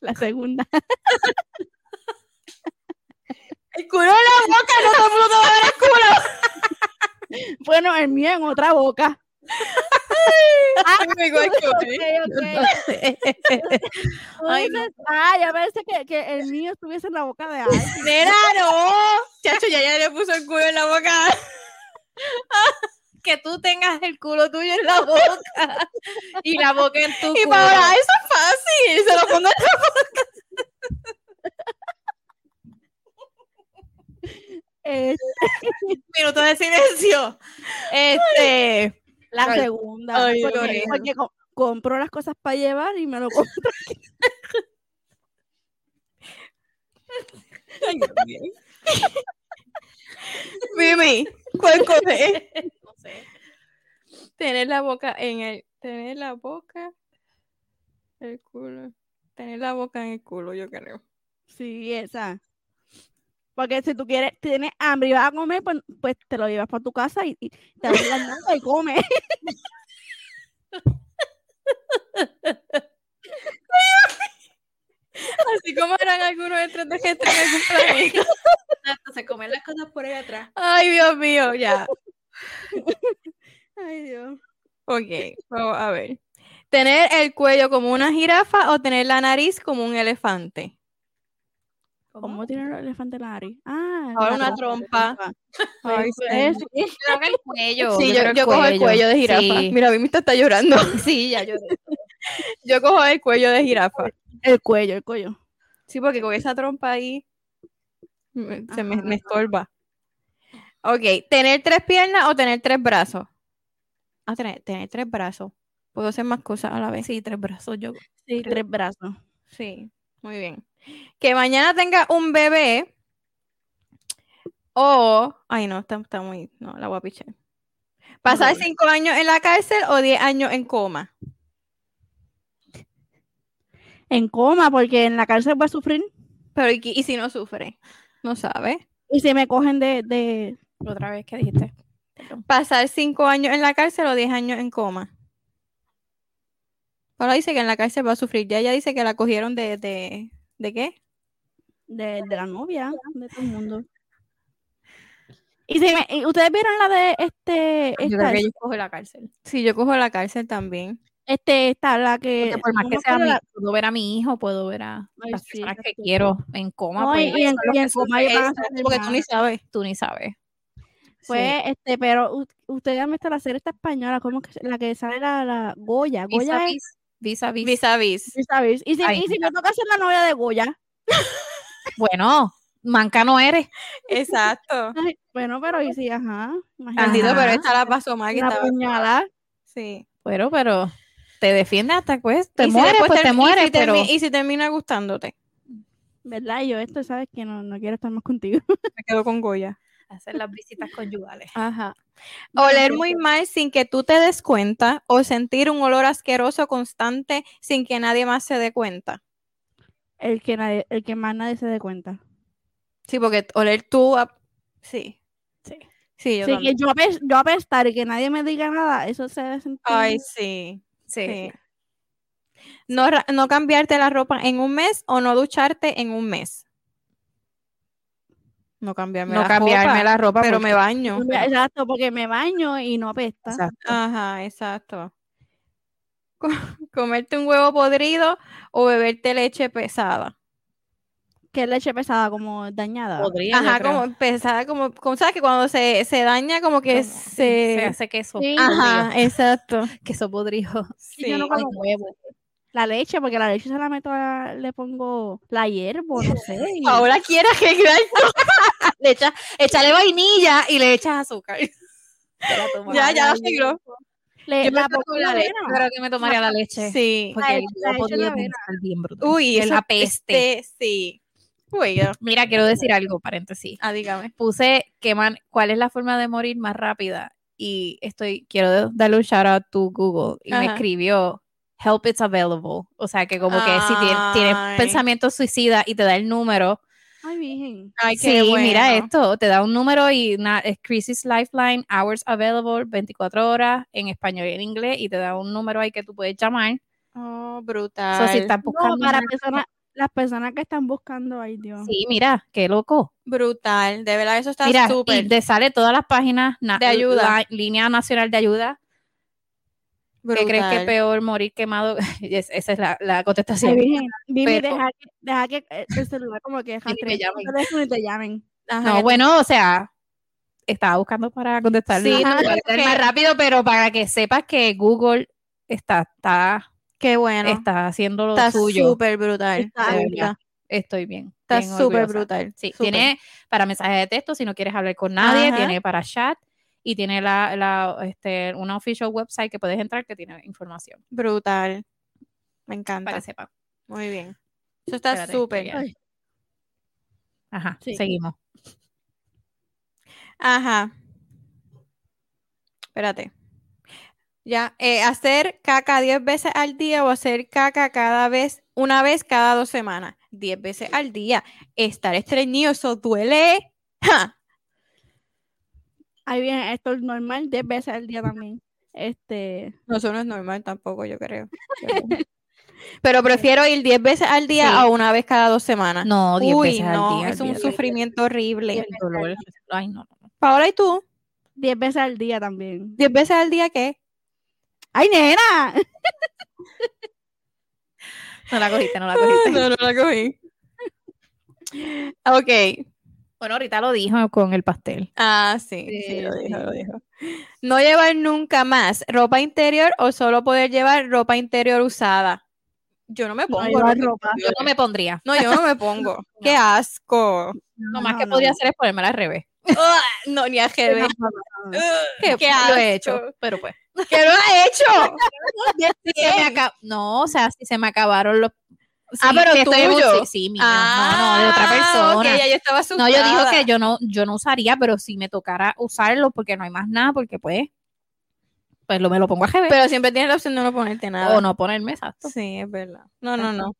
Speaker 1: La segunda.
Speaker 3: El culo en la boca, no todo el mundo va a ver el culo.
Speaker 1: Bueno, el mío en otra boca.
Speaker 3: Amigo, es Ah, que-
Speaker 1: Ay, ah, ya parece que, que el mío estuviese en la boca de alguien.
Speaker 3: Nena, no. Chacho, ya, ya le puso el culo en la boca.
Speaker 6: que tú tengas el culo tuyo en la boca y la boca en tu
Speaker 3: Y
Speaker 6: culo.
Speaker 3: para eso es fácil. Se lo pongo en
Speaker 1: Eh,
Speaker 3: minutos de silencio. Este.
Speaker 1: la
Speaker 3: Ay,
Speaker 1: segunda.
Speaker 3: ay,
Speaker 1: porque
Speaker 3: Lorena.
Speaker 1: porque co- compro las cosas para llevar y me lo compro.
Speaker 3: Mimi, ¿cuál coge?
Speaker 6: No sé.
Speaker 3: Tener la boca en el. Tener la boca. El culo. Tener la boca en el culo, yo creo.
Speaker 1: Sí, esa. Porque si tú quieres, tienes hambre y vas a comer, pues, pues te lo llevas para tu casa y, y te abres la nalga y comes.
Speaker 3: Así como eran algunos de que están en algún planeta.
Speaker 2: Exacto, se comen las cosas por ahí atrás.
Speaker 3: Ay, Dios mío, Oh, ya.
Speaker 1: Ay, Dios.
Speaker 3: Ok, vamos a ver. Tener el cuello como una jirafa o tener la nariz como un elefante.
Speaker 1: ¿Cómo tiene el elefante en la nariz? Ah,
Speaker 3: Ahora
Speaker 1: la
Speaker 3: una trompa. Ay,
Speaker 1: Es-
Speaker 3: sí,
Speaker 1: es-
Speaker 6: Creo que el cuello.
Speaker 3: Sí, yo,
Speaker 6: creo
Speaker 3: yo cojo el cuello de jirafa.
Speaker 6: Sí.
Speaker 3: Mira, Mimi te está llorando.
Speaker 6: Sí, ya yo.
Speaker 3: Yo cojo el cuello de jirafa.
Speaker 1: el cuello, el cuello.
Speaker 3: Sí, porque con esa trompa ahí me- se me,
Speaker 1: Ajá.
Speaker 3: me estorba. Ok, ¿tener tres piernas o tener tres brazos? Ah, tener, tener tres brazos. Puedo hacer más cosas a la vez.
Speaker 6: Sí, tres brazos yo.
Speaker 1: Sí, tres brazos.
Speaker 3: Sí, muy bien. Que mañana tenga un bebé o... Ay, no, está, está muy... No, la voy a pichar. ¿Pasar cinco años en la cárcel o diez años en coma?
Speaker 1: En coma, porque en la cárcel voy a sufrir.
Speaker 3: Pero ¿y, qué- y si no sufre? No sabe.
Speaker 1: Y si me cogen de, de
Speaker 6: Otra vez que dijiste.
Speaker 3: ¿Pasar cinco años en la cárcel o diez años en coma? Ahora dice que en la cárcel va a sufrir. Ya ella dice que la cogieron de... ¿De, ¿de qué?
Speaker 1: de, de la novia de todo el mundo. Y si me- y ustedes vieron la de este,
Speaker 6: Yo
Speaker 1: esta,
Speaker 6: creo que yo cojo la cárcel.
Speaker 3: Sí, yo cojo la cárcel también.
Speaker 1: este, esta, la que.
Speaker 6: Porque por más
Speaker 1: no
Speaker 6: que
Speaker 1: me
Speaker 6: sea
Speaker 1: acuerdo
Speaker 6: mi,
Speaker 1: la-
Speaker 6: puedo ver a mi hijo, puedo ver a
Speaker 1: Ay,
Speaker 6: las
Speaker 1: sí,
Speaker 6: personas que
Speaker 1: exacto.
Speaker 6: quiero en coma.
Speaker 1: No, y,
Speaker 6: pues,
Speaker 1: y en,
Speaker 6: son los
Speaker 1: y en
Speaker 6: que
Speaker 1: coma ellos van a
Speaker 6: sufren,
Speaker 1: sufrir
Speaker 3: Porque tú
Speaker 1: más.
Speaker 3: ni sabes.
Speaker 6: tú ni sabes.
Speaker 1: Pues, este, pero u- ustedes han visto la serie esta española, como que se- la que sale la, la Goya.
Speaker 6: Pisa,
Speaker 1: Goya es
Speaker 6: pisa. Vis a vis.
Speaker 3: Vis a vis.
Speaker 1: Sí, ¿sabes? Y si,
Speaker 6: Ay,
Speaker 1: y si
Speaker 6: mira.
Speaker 1: me toca ser la novia de Goya,
Speaker 6: Bueno, manca no eres.
Speaker 3: Exacto.
Speaker 1: ay, bueno, pero y si, ajá, imagínate,
Speaker 3: Candito, pero
Speaker 6: Ajá.
Speaker 3: esta la pasó mal que
Speaker 1: una
Speaker 3: estaba.
Speaker 1: puñalada,
Speaker 3: Sí.
Speaker 6: Pero, pero te defiende hasta pues te
Speaker 3: Y si
Speaker 6: mueres,
Speaker 3: después
Speaker 6: pues te
Speaker 3: termi- y
Speaker 6: mueres,
Speaker 3: si termi-
Speaker 6: pero
Speaker 3: Y si termina gustándote.
Speaker 1: ¿verdad? Y yo, esto, ¿sabes? Que no, no quiero estar más contigo.
Speaker 3: Me quedo con Goya.
Speaker 6: hacer las visitas conyugales.
Speaker 3: Ajá. Oler muy mal sin que tú te des cuenta o sentir un olor asqueroso constante sin que nadie más se dé cuenta.
Speaker 1: El que, nadie, el que más nadie se dé cuenta.
Speaker 3: Sí, porque oler tú a- Sí.
Speaker 1: Sí.
Speaker 3: Sí, yo
Speaker 1: Sí,
Speaker 3: también.
Speaker 1: que yo, apes- yo apestar y que nadie me diga nada, eso se debe sentir.
Speaker 3: Ay, sí.
Speaker 6: Sí.
Speaker 3: sí. No, ra- no cambiarte la ropa en un mes o no ducharte en un mes. No cambiarme
Speaker 6: No
Speaker 3: la
Speaker 6: cambiarme
Speaker 3: ropa,
Speaker 6: la ropa,
Speaker 3: pero
Speaker 6: porque-
Speaker 3: me baño.
Speaker 1: Exacto, porque me baño y no apesta.
Speaker 6: Exacto.
Speaker 3: Ajá, exacto. Co- Comerte un huevo podrido o beberte leche pesada.
Speaker 1: Que es leche pesada, como dañada.
Speaker 6: Podría, yo
Speaker 3: Ajá,
Speaker 6: creo.
Speaker 3: como pesada, como, como- sabes que cuando se, se daña, como que
Speaker 6: Como-
Speaker 3: se.
Speaker 6: se hace queso.
Speaker 1: Sí.
Speaker 3: Ajá, exacto.
Speaker 6: Queso podrido.
Speaker 1: Sí, yo no
Speaker 3: Sí.
Speaker 1: como
Speaker 6: huevo.
Speaker 1: La leche, porque la leche se la meto, a- le pongo la hierbo, no sé. y-
Speaker 3: Ahora quieras arreglar
Speaker 6: Le echas, échale vainilla y le echas azúcar.
Speaker 3: Ya, ya lo arregló.
Speaker 1: le,
Speaker 6: Yo me
Speaker 1: la
Speaker 6: tomo
Speaker 1: pongo en
Speaker 6: la
Speaker 1: la
Speaker 6: leche,
Speaker 1: avena.
Speaker 6: pero que me tomaría la leche.
Speaker 3: Sí.
Speaker 6: Porque
Speaker 1: La
Speaker 6: el
Speaker 1: leche- la
Speaker 6: huevo
Speaker 1: leche
Speaker 6: podría
Speaker 1: la avena.
Speaker 6: estar bien brutal.
Speaker 3: Uy,
Speaker 6: es
Speaker 3: eso-
Speaker 6: pues, la peste.
Speaker 3: este, sí. Uy, ya.
Speaker 6: Mira, quiero decir algo, paréntesis.
Speaker 3: Ah, dígame.
Speaker 6: Puse que man- cuál es la forma de morir más rápida y estoy quiero de- darle un shout out to Google y me
Speaker 3: Ajá.
Speaker 6: escribió help it's available, o sea, que como que si tien- tienes
Speaker 3: Ay.
Speaker 6: pensamientos suicidas y te da el número,
Speaker 1: Ay, virgen.
Speaker 3: Ay,
Speaker 6: sí,
Speaker 3: qué
Speaker 6: mira
Speaker 3: bueno.
Speaker 6: esto, te da un número y na- es Crisis Lifeline, hours available, 24 horas en español y en inglés y te da un número ahí que tú puedes llamar.
Speaker 3: Oh,
Speaker 6: O
Speaker 3: brutal.
Speaker 6: sea, si estás
Speaker 1: No,
Speaker 6: buscando
Speaker 1: para
Speaker 6: una-
Speaker 1: personas, las personas que están buscando, ay Dios.
Speaker 6: Sí, mira, qué loco.
Speaker 3: Brutal. De verdad, eso está
Speaker 6: Mira,
Speaker 3: súper.
Speaker 6: y te sale todas las páginas na-
Speaker 3: De ayuda.
Speaker 6: la- línea nacional de ayuda. ¿Qué crees que es
Speaker 3: brutal.
Speaker 6: peor morir quemado? Es- esa es la, la contestación.
Speaker 1: Ay, virgen. Vivi,
Speaker 6: pero-
Speaker 1: deja que, deja que eh, el celular como que deja
Speaker 6: Y ni me llamen.
Speaker 1: y te llamen.
Speaker 3: Ajá,
Speaker 6: No,
Speaker 3: que-
Speaker 6: bueno, o sea, estaba buscando para contestar
Speaker 3: Sí, no,
Speaker 6: para ser
Speaker 3: que-
Speaker 6: más rápido, pero para que sepas que Google está, está,
Speaker 3: Qué bueno.
Speaker 6: está haciendo lo
Speaker 3: Está
Speaker 6: suyo.
Speaker 3: súper brutal.
Speaker 1: Está
Speaker 3: de
Speaker 6: bien.
Speaker 3: verdad.
Speaker 6: Estoy bien.
Speaker 3: Está
Speaker 6: bien
Speaker 3: súper
Speaker 6: orgullosa.
Speaker 3: brutal.
Speaker 6: Sí,
Speaker 3: súper.
Speaker 6: tiene para mensajes de texto si no quieres hablar con nadie,
Speaker 3: Ajá.
Speaker 6: tiene para chat y tiene la, la, este, una official website que puedes entrar que tiene información
Speaker 3: Brutal. Me encanta.
Speaker 6: para que sepan.
Speaker 3: Muy bien. Eso está
Speaker 6: Espérate,
Speaker 3: súper.
Speaker 6: estoy ahí. Ajá,
Speaker 1: Sí.
Speaker 6: seguimos.
Speaker 3: Ajá. Espérate. Ya, eh, hacer caca 10 veces al día o hacer caca cada vez, una vez cada dos semanas. 10 veces al día. Estar estreñido, eso duele. ¡Ja!
Speaker 1: Ay, bien, esto es normal, 10 veces al día también. Este,
Speaker 3: No, eso no es normal tampoco, yo creo. Yo creo. Pero prefiero ir 10 veces al día a una vez cada dos semanas.
Speaker 6: No, 10
Speaker 3: Ah. Uy,
Speaker 6: veces
Speaker 3: no,
Speaker 6: al día.
Speaker 3: es un
Speaker 6: olvídate.
Speaker 3: sufrimiento horrible.
Speaker 6: El dolor. Ay, no. no, no.
Speaker 3: Paola, ¿y tú?
Speaker 1: 10 veces al día también.
Speaker 3: ¿10 veces al día qué?
Speaker 1: ¡Ay, nena!
Speaker 6: No la cogiste, no la cogiste.
Speaker 3: no la cogí. Ok,
Speaker 6: Bueno, ahorita lo dijo con el pastel.
Speaker 3: Ah, sí, sí,
Speaker 1: Sí,
Speaker 3: lo
Speaker 1: sí.
Speaker 3: dijo, lo dijo. No llevar nunca más ropa interior o solo poder llevar ropa interior usada. Yo no me pongo
Speaker 1: llevar
Speaker 3: ropa
Speaker 1: ropa.
Speaker 6: Yo
Speaker 3: interior.
Speaker 6: no me pondría.
Speaker 3: No, yo no me pongo. Qué asco.
Speaker 6: Lo más
Speaker 1: No,
Speaker 6: que
Speaker 1: no,
Speaker 6: podría
Speaker 1: no.
Speaker 6: hacer es ponérmela al revés.
Speaker 3: Ah, No, ni a revés.
Speaker 6: Que
Speaker 3: Qué
Speaker 6: lo he hecho,
Speaker 3: asco.
Speaker 6: pero pues.
Speaker 3: ¿Qué lo ha hecho?
Speaker 6: Si se me aca- No, o sea, si se me acabaron los.
Speaker 3: Ah, pero
Speaker 6: que estoy en un-
Speaker 3: tuyo.
Speaker 6: Sí, sí, mío. no, no, de otra
Speaker 3: Ah, ok,
Speaker 6: persona.
Speaker 3: ya yo estaba
Speaker 6: No, yo digo
Speaker 3: asustada.
Speaker 6: que yo no, yo no usaría, pero si me tocara usarlo porque no hay más nada, porque pues, pues lo me lo pongo a GB
Speaker 3: Pero siempre tienes la opción de no ponerte nada.
Speaker 6: o no ponerme exacto.
Speaker 3: Oh, Sí, es verdad. No, no, no.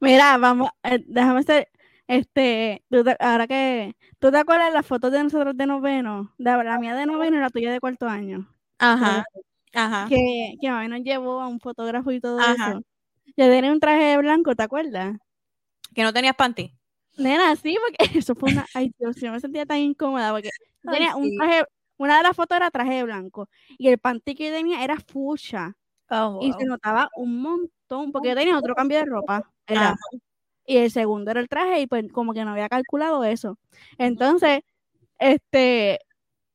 Speaker 1: Mira, vamos, eh, déjame hacer, este, tú te- ahora que, ¿tú te acuerdas de las fotos de nosotros de noveno? De, la mía de noveno y la tuya de cuarto año.
Speaker 3: Ajá,
Speaker 6: Ah.
Speaker 3: ajá.
Speaker 1: Que, que mami nos llevó a un fotógrafo y todo
Speaker 3: Ajá.
Speaker 1: eso. Yo tenía un traje de blanco, ¿te acuerdas?
Speaker 3: Que no tenías panty.
Speaker 1: Nena, sí, porque eso fue una. Ay, Dios, yo me sentía tan incómoda porque yo
Speaker 3: Ay,
Speaker 1: tenía un
Speaker 3: sí.
Speaker 1: traje. Una de las fotos era traje de blanco y el panty que yo tenía era fucha y se notaba un montón porque yo tenía otro cambio de ropa. ¿verdad?
Speaker 3: Ajá.
Speaker 1: Y el segundo era el traje y pues como que no había calculado eso. Entonces, este,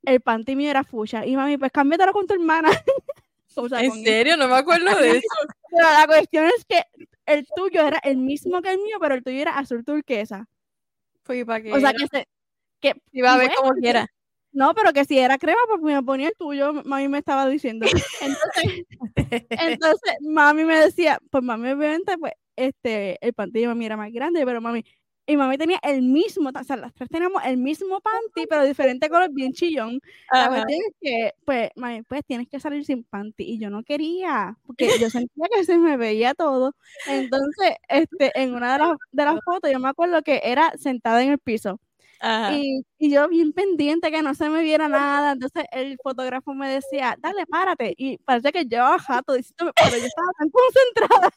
Speaker 1: el panty mío era fucha y mami, pues cámbiatelo con tu hermana. O sea,
Speaker 2: ¿En
Speaker 1: con-
Speaker 2: serio? No me acuerdo de eso.
Speaker 1: Pero la cuestión es que el tuyo era el mismo que el mío, pero el tuyo era azul turquesa.
Speaker 3: Fui para que.
Speaker 1: O sea, que, se- que
Speaker 3: iba a ver
Speaker 1: bueno,
Speaker 3: como
Speaker 1: sí.
Speaker 3: quiera.
Speaker 1: No, pero que si era crema, pues me ponía el tuyo, m- mami me estaba diciendo. Entonces, entonces mami me decía, pues mami obviamente, pues este, el panty de mami era más grande, pero mami, y mami tenía el mismo, ta- o sea, las tres teníamos el mismo panty, pero diferente color, bien chillón. La
Speaker 3: Ajá.
Speaker 1: cuestión es que, pues, mami, pues tienes que salir sin panty, y yo no quería, porque yo sentía que se me veía todo. Entonces, este, en una de las, de las fotos, yo me acuerdo que era sentada en el piso.
Speaker 3: Ajá.
Speaker 1: Y, y yo bien pendiente que no se me viera nada. Entonces el fotógrafo me decía, dale, párate. Y parece que llevaba jato diciéndome, pero yo estaba tan concentrada.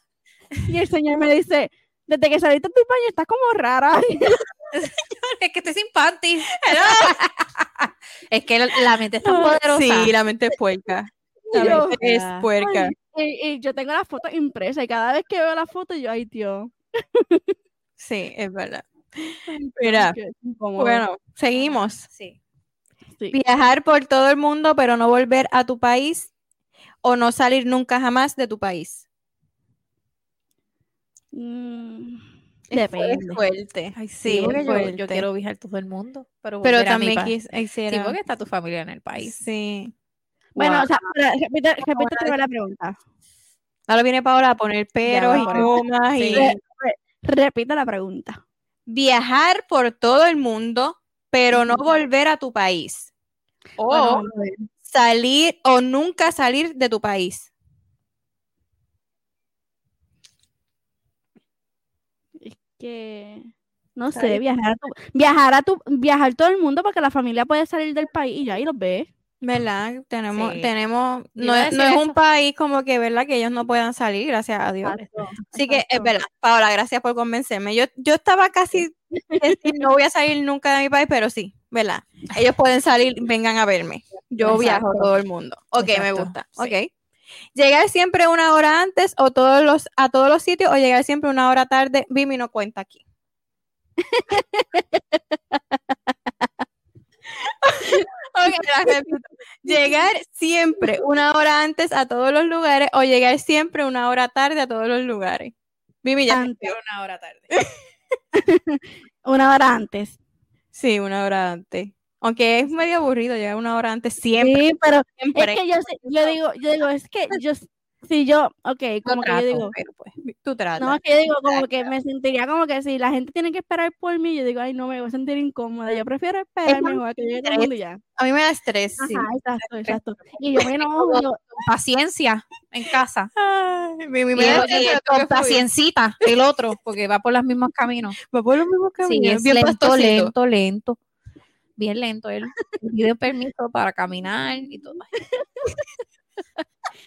Speaker 1: Y el señor me dice, desde que saliste de tu baño estás como rara.
Speaker 6: es que estoy sin panty. es que la, la mente es tan poderosa.
Speaker 3: Sí, la mente es puerca. La
Speaker 1: Y yo,
Speaker 3: mente es
Speaker 6: Ay.
Speaker 3: puerca.
Speaker 1: y, y yo tengo la foto impresa y cada vez que veo la foto yo, ay, Dios.
Speaker 3: Sí, es verdad.
Speaker 1: Ay,
Speaker 3: Mira,
Speaker 1: qué incómodo".
Speaker 3: Bueno, seguimos.
Speaker 6: Sí.
Speaker 1: Sí.
Speaker 3: Viajar por todo el mundo, pero no volver a tu país o no salir nunca jamás de tu país.
Speaker 1: Mm,
Speaker 3: Es fu-
Speaker 1: depende.
Speaker 3: Es fuerte.
Speaker 6: Ay,
Speaker 3: Pues, Sí,
Speaker 6: sí, porque yo-
Speaker 3: fuerte.
Speaker 6: yo, quiero viajar todo el mundo, pero,
Speaker 3: Pero
Speaker 6: volver a
Speaker 3: también
Speaker 6: mi pa-
Speaker 3: quis- quisiera.
Speaker 6: Sí, porque está tu familia en el país.
Speaker 3: Sí.
Speaker 1: Bueno,
Speaker 3: Wow.
Speaker 1: o sea, espera, repite, repite otra vez la pregunta.
Speaker 3: ahora viene Paola a poner peros
Speaker 6: va,
Speaker 3: y
Speaker 6: por el-
Speaker 3: comas y.
Speaker 6: Sí.
Speaker 1: Repita la pregunta.
Speaker 3: Viajar por todo el mundo, pero no volver a tu país. O
Speaker 1: Bueno, vamos a ver.
Speaker 3: salir o nunca salir de tu país.
Speaker 1: que no sé, viajar a tu, viajar a tu, viajar todo el mundo porque la familia puede salir del país y ya ahí los ve.
Speaker 3: ¿Verdad? Tenemos,
Speaker 6: Sí.
Speaker 3: tenemos,
Speaker 6: Te
Speaker 3: no
Speaker 6: iba a
Speaker 3: es, no
Speaker 6: decir
Speaker 3: es un
Speaker 6: eso.
Speaker 3: país como que, ¿verdad? Que ellos no puedan salir, gracias a Dios. Así que, es
Speaker 1: exacto.
Speaker 3: verdad, Paola, gracias por convencerme. Yo, yo estaba casi, decir, no voy a salir nunca de mi país, pero sí, ¿verdad? Ellos pueden salir, vengan a verme. Yo viajo a
Speaker 6: Exacto.
Speaker 3: todo el mundo. Ok, me
Speaker 6: Exacto,
Speaker 3: gusta.
Speaker 6: sí.
Speaker 3: Ok. Llegar siempre una hora antes o todos los, a todos los sitios o llegar siempre una hora tarde, Vimi no cuenta aquí. Ok, la repito. Llegar siempre una hora antes a todos los lugares o llegar siempre una hora tarde a todos los lugares. Vimi ya.
Speaker 1: Antes,
Speaker 6: una hora tarde.
Speaker 1: una hora antes.
Speaker 3: Sí, una hora antes. Aunque es medio aburrido llegar una hora antes siempre.
Speaker 1: Sí, pero
Speaker 3: siempre.
Speaker 1: es que yo, sé- yo digo, yo digo, es que yo, si yo, ok, como que yo
Speaker 6: trato,
Speaker 1: digo,
Speaker 3: pero pues, tú tratas.
Speaker 1: no, es que yo digo como que me sentiría como que si la gente tiene que esperar por mí, yo digo, ay, no, me voy a sentir incómoda, yo prefiero esperar
Speaker 3: más
Speaker 1: mejor a que llegue todo el mundo y ya.
Speaker 3: A mí me da estrés. sí.
Speaker 1: Ajá, exacto, exacto. Y yo me enojo, yo,
Speaker 6: Paciencia en casa.
Speaker 3: Ay, Vimi
Speaker 6: Y
Speaker 3: me da
Speaker 6: el-
Speaker 3: estrés.
Speaker 6: y
Speaker 3: pero
Speaker 6: el- con
Speaker 3: tengo que fluir.
Speaker 6: paciencita, el otro, porque va por los mismos caminos.
Speaker 3: Va por los mismos
Speaker 6: Sí,
Speaker 3: caminos,
Speaker 6: es
Speaker 3: bien
Speaker 6: lento,
Speaker 3: pastosito.
Speaker 6: lento, lento. Bien lento. Él pide permiso para caminar y todo.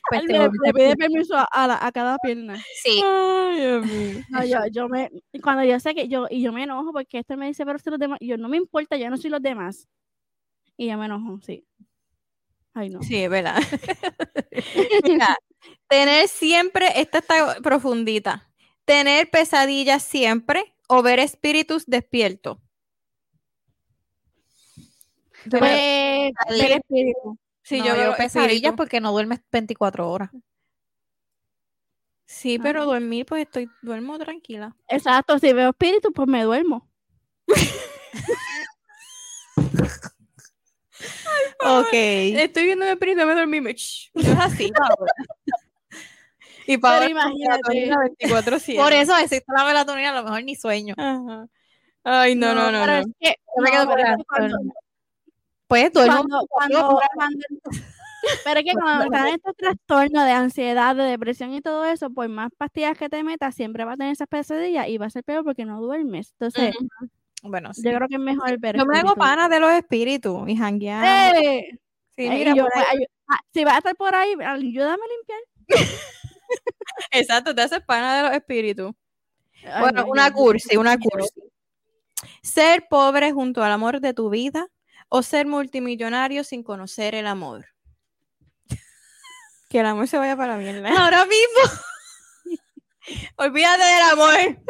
Speaker 6: Pues te
Speaker 1: le,
Speaker 6: volviste
Speaker 1: le pide
Speaker 6: pu-
Speaker 1: permiso a- a la- a cada pierna.
Speaker 6: sí,
Speaker 3: Ay, Dios mío.
Speaker 1: No, yo, yo me, cuando yo sé que yo, y yo me enojo porque este me dice, pero si los demás, y yo no me importa, yo no soy los demás. Y yo me enojo, sí. Ay, no.
Speaker 3: Sí, es verdad. Mira, tener siempre, esta está profundita. Tener pesadillas siempre o ver espíritus despierto.
Speaker 1: Pues,
Speaker 3: pesadillas.
Speaker 1: ver espíritu.
Speaker 3: Sí,
Speaker 6: no,
Speaker 3: yo veo
Speaker 6: pesadillas
Speaker 3: espíritus.
Speaker 6: porque no duermes 24 horas.
Speaker 3: Sí, pero dormir, pues estoy, duermo tranquila.
Speaker 1: Exacto, si veo espíritu, pues me duermo.
Speaker 3: Ok. Estoy viendo un espíritu, me dormí. me- Shh, Yo es así, Paola. Y Paola, con
Speaker 1: imagínate.
Speaker 3: melatonina 24/7.
Speaker 6: Por eso existe la melatonina, a lo mejor ni sueño.
Speaker 3: Ajá. Ay, no, no, no.
Speaker 1: pero
Speaker 3: no.
Speaker 1: es que-
Speaker 6: me quedo
Speaker 1: no, pero es
Speaker 6: con
Speaker 1: que
Speaker 6: la-
Speaker 1: cuando-
Speaker 6: Pues duermo.
Speaker 1: cuando- cuando- cuando- Pero es que cuando están estos trastornos de ansiedad, de depresión y todo eso, por más pastillas que te metas, siempre vas a tener esas pesadillas y va a ser peor porque no duermes. Entonces,
Speaker 6: Bueno, sí.
Speaker 1: yo creo que es mejor ver
Speaker 3: Yo me hago
Speaker 1: espíritu.
Speaker 3: pana de los espíritus y janguear.
Speaker 1: ¡Eh!
Speaker 3: Sí,
Speaker 1: Ay, y
Speaker 3: mira,
Speaker 1: yo,
Speaker 3: por ahí-
Speaker 1: pues, ayu- ah, si vas a estar por ahí, ayúdame a limpiar.
Speaker 3: Exacto, te haces pana de los espíritus.
Speaker 1: Ay,
Speaker 3: bueno,
Speaker 1: no,
Speaker 3: una
Speaker 1: yo-
Speaker 3: cursi, una
Speaker 1: miedo.
Speaker 3: cursi. Ser pobre junto al amor de tu vida o ser multimillonario sin conocer el amor. Que el amor se vaya para mierda. Ahora mismo. Olvídate del amor.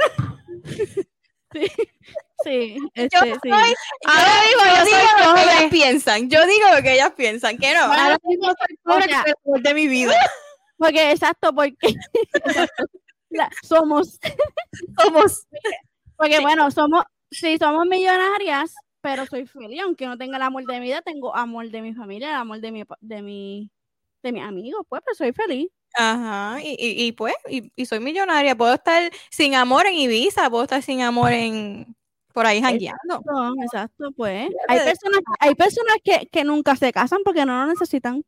Speaker 1: Sí,
Speaker 3: Yo
Speaker 1: este, sí.
Speaker 3: soy-
Speaker 1: Ahora
Speaker 3: yo-
Speaker 1: digo,
Speaker 3: yo
Speaker 1: yo
Speaker 3: digo
Speaker 1: soy
Speaker 3: lo que
Speaker 1: pobre.
Speaker 3: ellas piensan. Yo digo lo que ellas piensan. Que no.
Speaker 1: Ahora mismo soy pobre,
Speaker 3: Ahora es el amor de mi vida.
Speaker 1: Porque, exacto, porque la- somos,
Speaker 3: Somos.
Speaker 1: porque bueno, somos, sí, somos millonarias, pero soy feliz, aunque no tenga el amor de mi vida, tengo amor de mi familia, el amor de mi, pa- de mi, de mis amigos, pues, pero soy feliz.
Speaker 3: Ajá. Y, y, y pues, y, y soy millonaria. Puedo estar sin amor en Ibiza, puedo estar sin amor en por ahí jangueando.
Speaker 1: No, exacto, pues.
Speaker 3: Fíjate
Speaker 1: Hay
Speaker 3: de-
Speaker 1: personas, hay personas que, que nunca se casan porque no lo necesitan.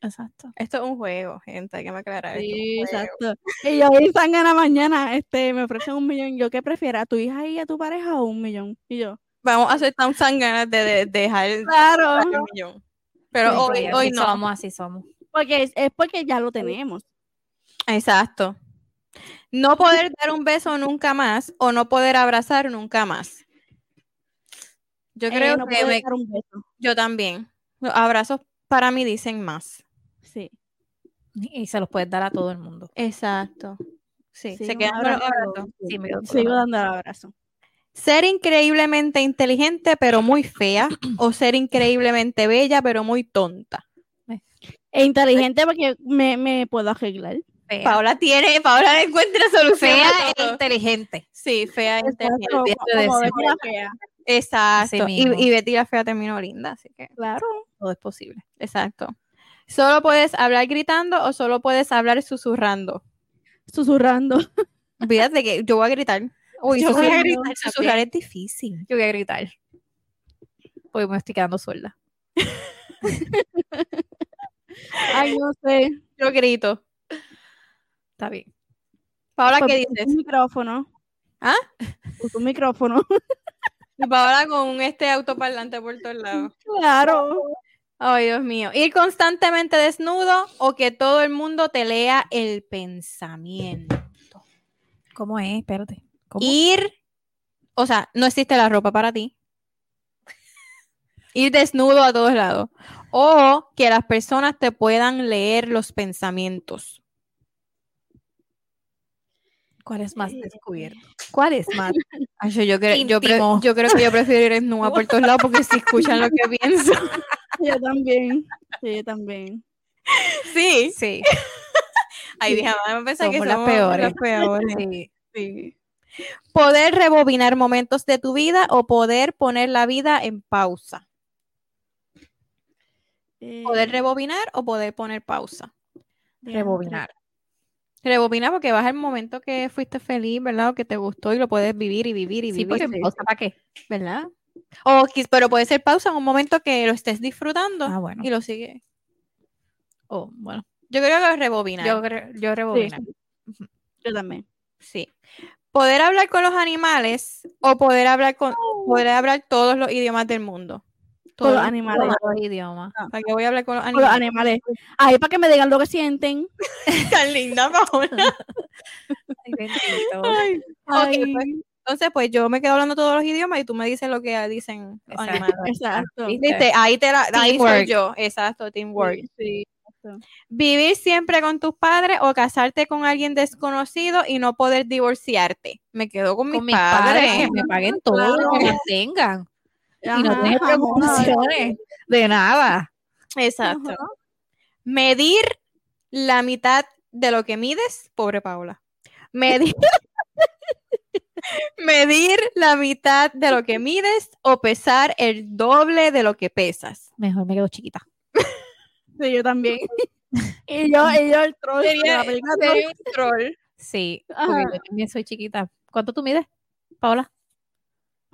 Speaker 3: Exacto. Esto es un juego, gente, hay que me aclarar. esto es un
Speaker 1: Sí,
Speaker 3: juego.
Speaker 1: exacto. Y yo y gana mañana, este, me ofrecen un millón. Yo qué prefiero, a tu hija y a tu pareja o un millón. Y yo,
Speaker 3: Vamos a hacer tan sanganas de, de- de dejar el
Speaker 1: claro,
Speaker 3: el millón. Pero hoy, hoy
Speaker 6: así
Speaker 3: no.
Speaker 6: Somos, así somos.
Speaker 1: porque es, es porque ya lo tenemos.
Speaker 3: Exacto. No poder dar un beso nunca más o no poder abrazar nunca más. Yo
Speaker 1: Eh,
Speaker 3: creo
Speaker 1: no
Speaker 3: que
Speaker 1: puedo
Speaker 3: me-
Speaker 1: dar un beso.
Speaker 3: yo también. Los abrazos para mí dicen más.
Speaker 1: Sí.
Speaker 6: Y se los puedes dar a todo el mundo.
Speaker 3: Exacto. Sí,
Speaker 1: Sí,
Speaker 3: se
Speaker 1: un
Speaker 3: quedan con los
Speaker 1: abrazo.
Speaker 3: abrazos.
Speaker 6: Sí, me quedo con
Speaker 1: Sigo
Speaker 6: la-
Speaker 1: dando el abrazo.
Speaker 3: Ser increíblemente inteligente pero muy fea o ser increíblemente bella pero muy tonta.
Speaker 1: E inteligente porque me, me puedo arreglar.
Speaker 6: fea.
Speaker 3: Paola tiene, Paola encuentra solución.
Speaker 6: Fea
Speaker 3: a
Speaker 6: e
Speaker 3: todo.
Speaker 6: inteligente.
Speaker 3: Sí, fea e inteligente.
Speaker 1: Exacto,
Speaker 6: olvidaste de
Speaker 1: como
Speaker 6: decir.
Speaker 1: Betty la fea.
Speaker 3: Exacto. Y,
Speaker 6: mismo.
Speaker 3: y Betty la fea terminó linda, así que
Speaker 1: Claro.
Speaker 3: todo es posible. Exacto. Solo puedes hablar gritando o solo puedes hablar susurrando.
Speaker 1: Susurrando.
Speaker 3: Olvídate que yo voy a gritar. Uy,
Speaker 6: Yo voy a
Speaker 3: susurrar-
Speaker 6: gritar
Speaker 3: Susurrar es difícil.
Speaker 6: Yo voy a gritar. Porque me estoy quedando suelda.
Speaker 1: Ay, no sé.
Speaker 3: Yo grito.
Speaker 6: Está bien.
Speaker 3: Paola,
Speaker 1: Pues,
Speaker 3: ¿qué
Speaker 1: usa
Speaker 3: dices?
Speaker 1: Un micrófono.
Speaker 3: ¿Ah?
Speaker 1: Usa un micrófono.
Speaker 3: Paola con este autoparlante por todos lados.
Speaker 1: claro.
Speaker 3: Ay, Dios mío. Ir constantemente desnudo o que todo el mundo te lea el pensamiento.
Speaker 6: ¿Cómo es? Espérate. ¿Cómo?
Speaker 3: Ir, o sea, no existe la ropa para ti. Ir desnudo a todos lados. O que las personas te puedan leer los pensamientos.
Speaker 6: ¿Cuál es más descubierto? ¿Cuál es más?
Speaker 3: Ay, yo, yo creo, yo, pre-
Speaker 6: Íntimo.
Speaker 3: yo creo que yo prefiero ir desnuda por todos lados porque si escuchan lo que pienso.
Speaker 1: Yo también. Sí, yo también.
Speaker 3: Sí.
Speaker 6: Sí.
Speaker 3: Ay, vieja, me pensar que
Speaker 6: Somos las
Speaker 3: somos
Speaker 6: peores.
Speaker 3: las peores.
Speaker 6: sí.
Speaker 3: Sí. Poder rebobinar momentos de tu vida o poder poner la vida en pausa. Poder
Speaker 1: Eh,
Speaker 3: rebobinar o poder poner pausa.
Speaker 1: diantre.
Speaker 6: Rebobinar.
Speaker 3: Rebobinar porque vas al momento que fuiste feliz, ¿verdad? O que te gustó y lo puedes vivir y vivir y
Speaker 6: Sí,
Speaker 3: vivir,
Speaker 6: porque pausa, ¿para qué?
Speaker 3: ¿verdad? O, quiz- pero puede ser pausa en un momento que lo estés disfrutando
Speaker 6: Ah, bueno.
Speaker 3: y lo sigue.
Speaker 6: Oh, bueno.
Speaker 3: Yo creo que rebobinar.
Speaker 6: Yo, re- yo rebobinar.
Speaker 1: Yo también.
Speaker 3: Sí. Poder hablar con los animales o poder hablar con
Speaker 6: Oh.
Speaker 3: poder hablar todos los idiomas del mundo.
Speaker 1: Con los
Speaker 3: Todos.
Speaker 1: animales.
Speaker 6: Los idiomas.
Speaker 3: ¿Para qué voy a hablar con los
Speaker 1: Con los
Speaker 3: animales?
Speaker 1: animales. Ahí para que me digan lo que sienten.
Speaker 3: Tan linda, Paola.
Speaker 6: Ay, bendito.
Speaker 3: Ok, pues, entonces, pues yo me quedo hablando todos los idiomas y tú me dices lo que dicen los
Speaker 6: Exacto.
Speaker 3: animales.
Speaker 1: Exacto.
Speaker 6: ¿Viste?
Speaker 3: Viste, ahí te la, ahí soy
Speaker 6: Teamwork.
Speaker 3: yo. Exacto, teamwork.
Speaker 1: Sí, sí.
Speaker 3: Vivir siempre con tus padres o casarte con alguien desconocido y no poder divorciarte. Me quedo con,
Speaker 6: Con
Speaker 3: mis
Speaker 6: mis padres,
Speaker 3: padres.
Speaker 6: que me paguen todo lo que me tengan. Y no
Speaker 1: Ajá,
Speaker 6: tengan
Speaker 1: ajá.
Speaker 6: preocupaciones de nada.
Speaker 3: Exacto. Medir la mitad de lo que mides, pobre Paula. Medir, medir la mitad de lo que mides o pesar el doble de lo que pesas.
Speaker 6: Mejor me quedo chiquita.
Speaker 1: Sí, yo también. y yo, y yo el troll de la película Troll.
Speaker 3: un troll.
Speaker 6: Sí, porque
Speaker 1: Ajá.
Speaker 6: yo también soy chiquita. ¿Cuánto tú mides, Paola?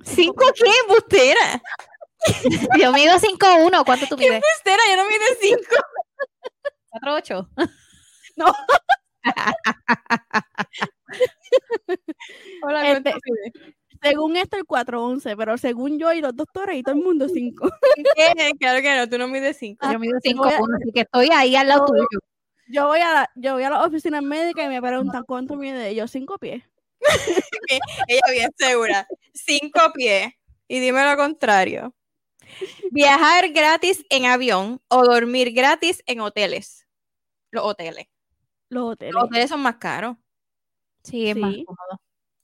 Speaker 3: ¿Cinco qué? Bustera.
Speaker 6: Yo mido 5'1". ¿Cuánto tú mides?
Speaker 3: Bustera, yo no mide cinco.
Speaker 6: 4'8".
Speaker 3: Hola,
Speaker 1: Este-
Speaker 3: ¿cuánto mides?
Speaker 1: Según esto, el 411, pero según yo y los doctores y todo el mundo, 5.
Speaker 3: ¿Qué? Claro que no, tú no mides cinco.
Speaker 6: Yo mido
Speaker 1: te voy a-
Speaker 6: 5'1", así que estoy ahí al lado tuyo.
Speaker 1: Yo voy a la, yo voy a las oficinas médicas y me preguntan cuánto mide yo, 5 pies.
Speaker 3: Ella bien segura. Cinco pies. Y dime lo contrario. Viajar gratis en avión o dormir gratis en hoteles. Los hoteles.
Speaker 1: Los hoteles.
Speaker 3: Los hoteles son más caros.
Speaker 6: Sí, es más
Speaker 1: Sí.
Speaker 6: cómodo.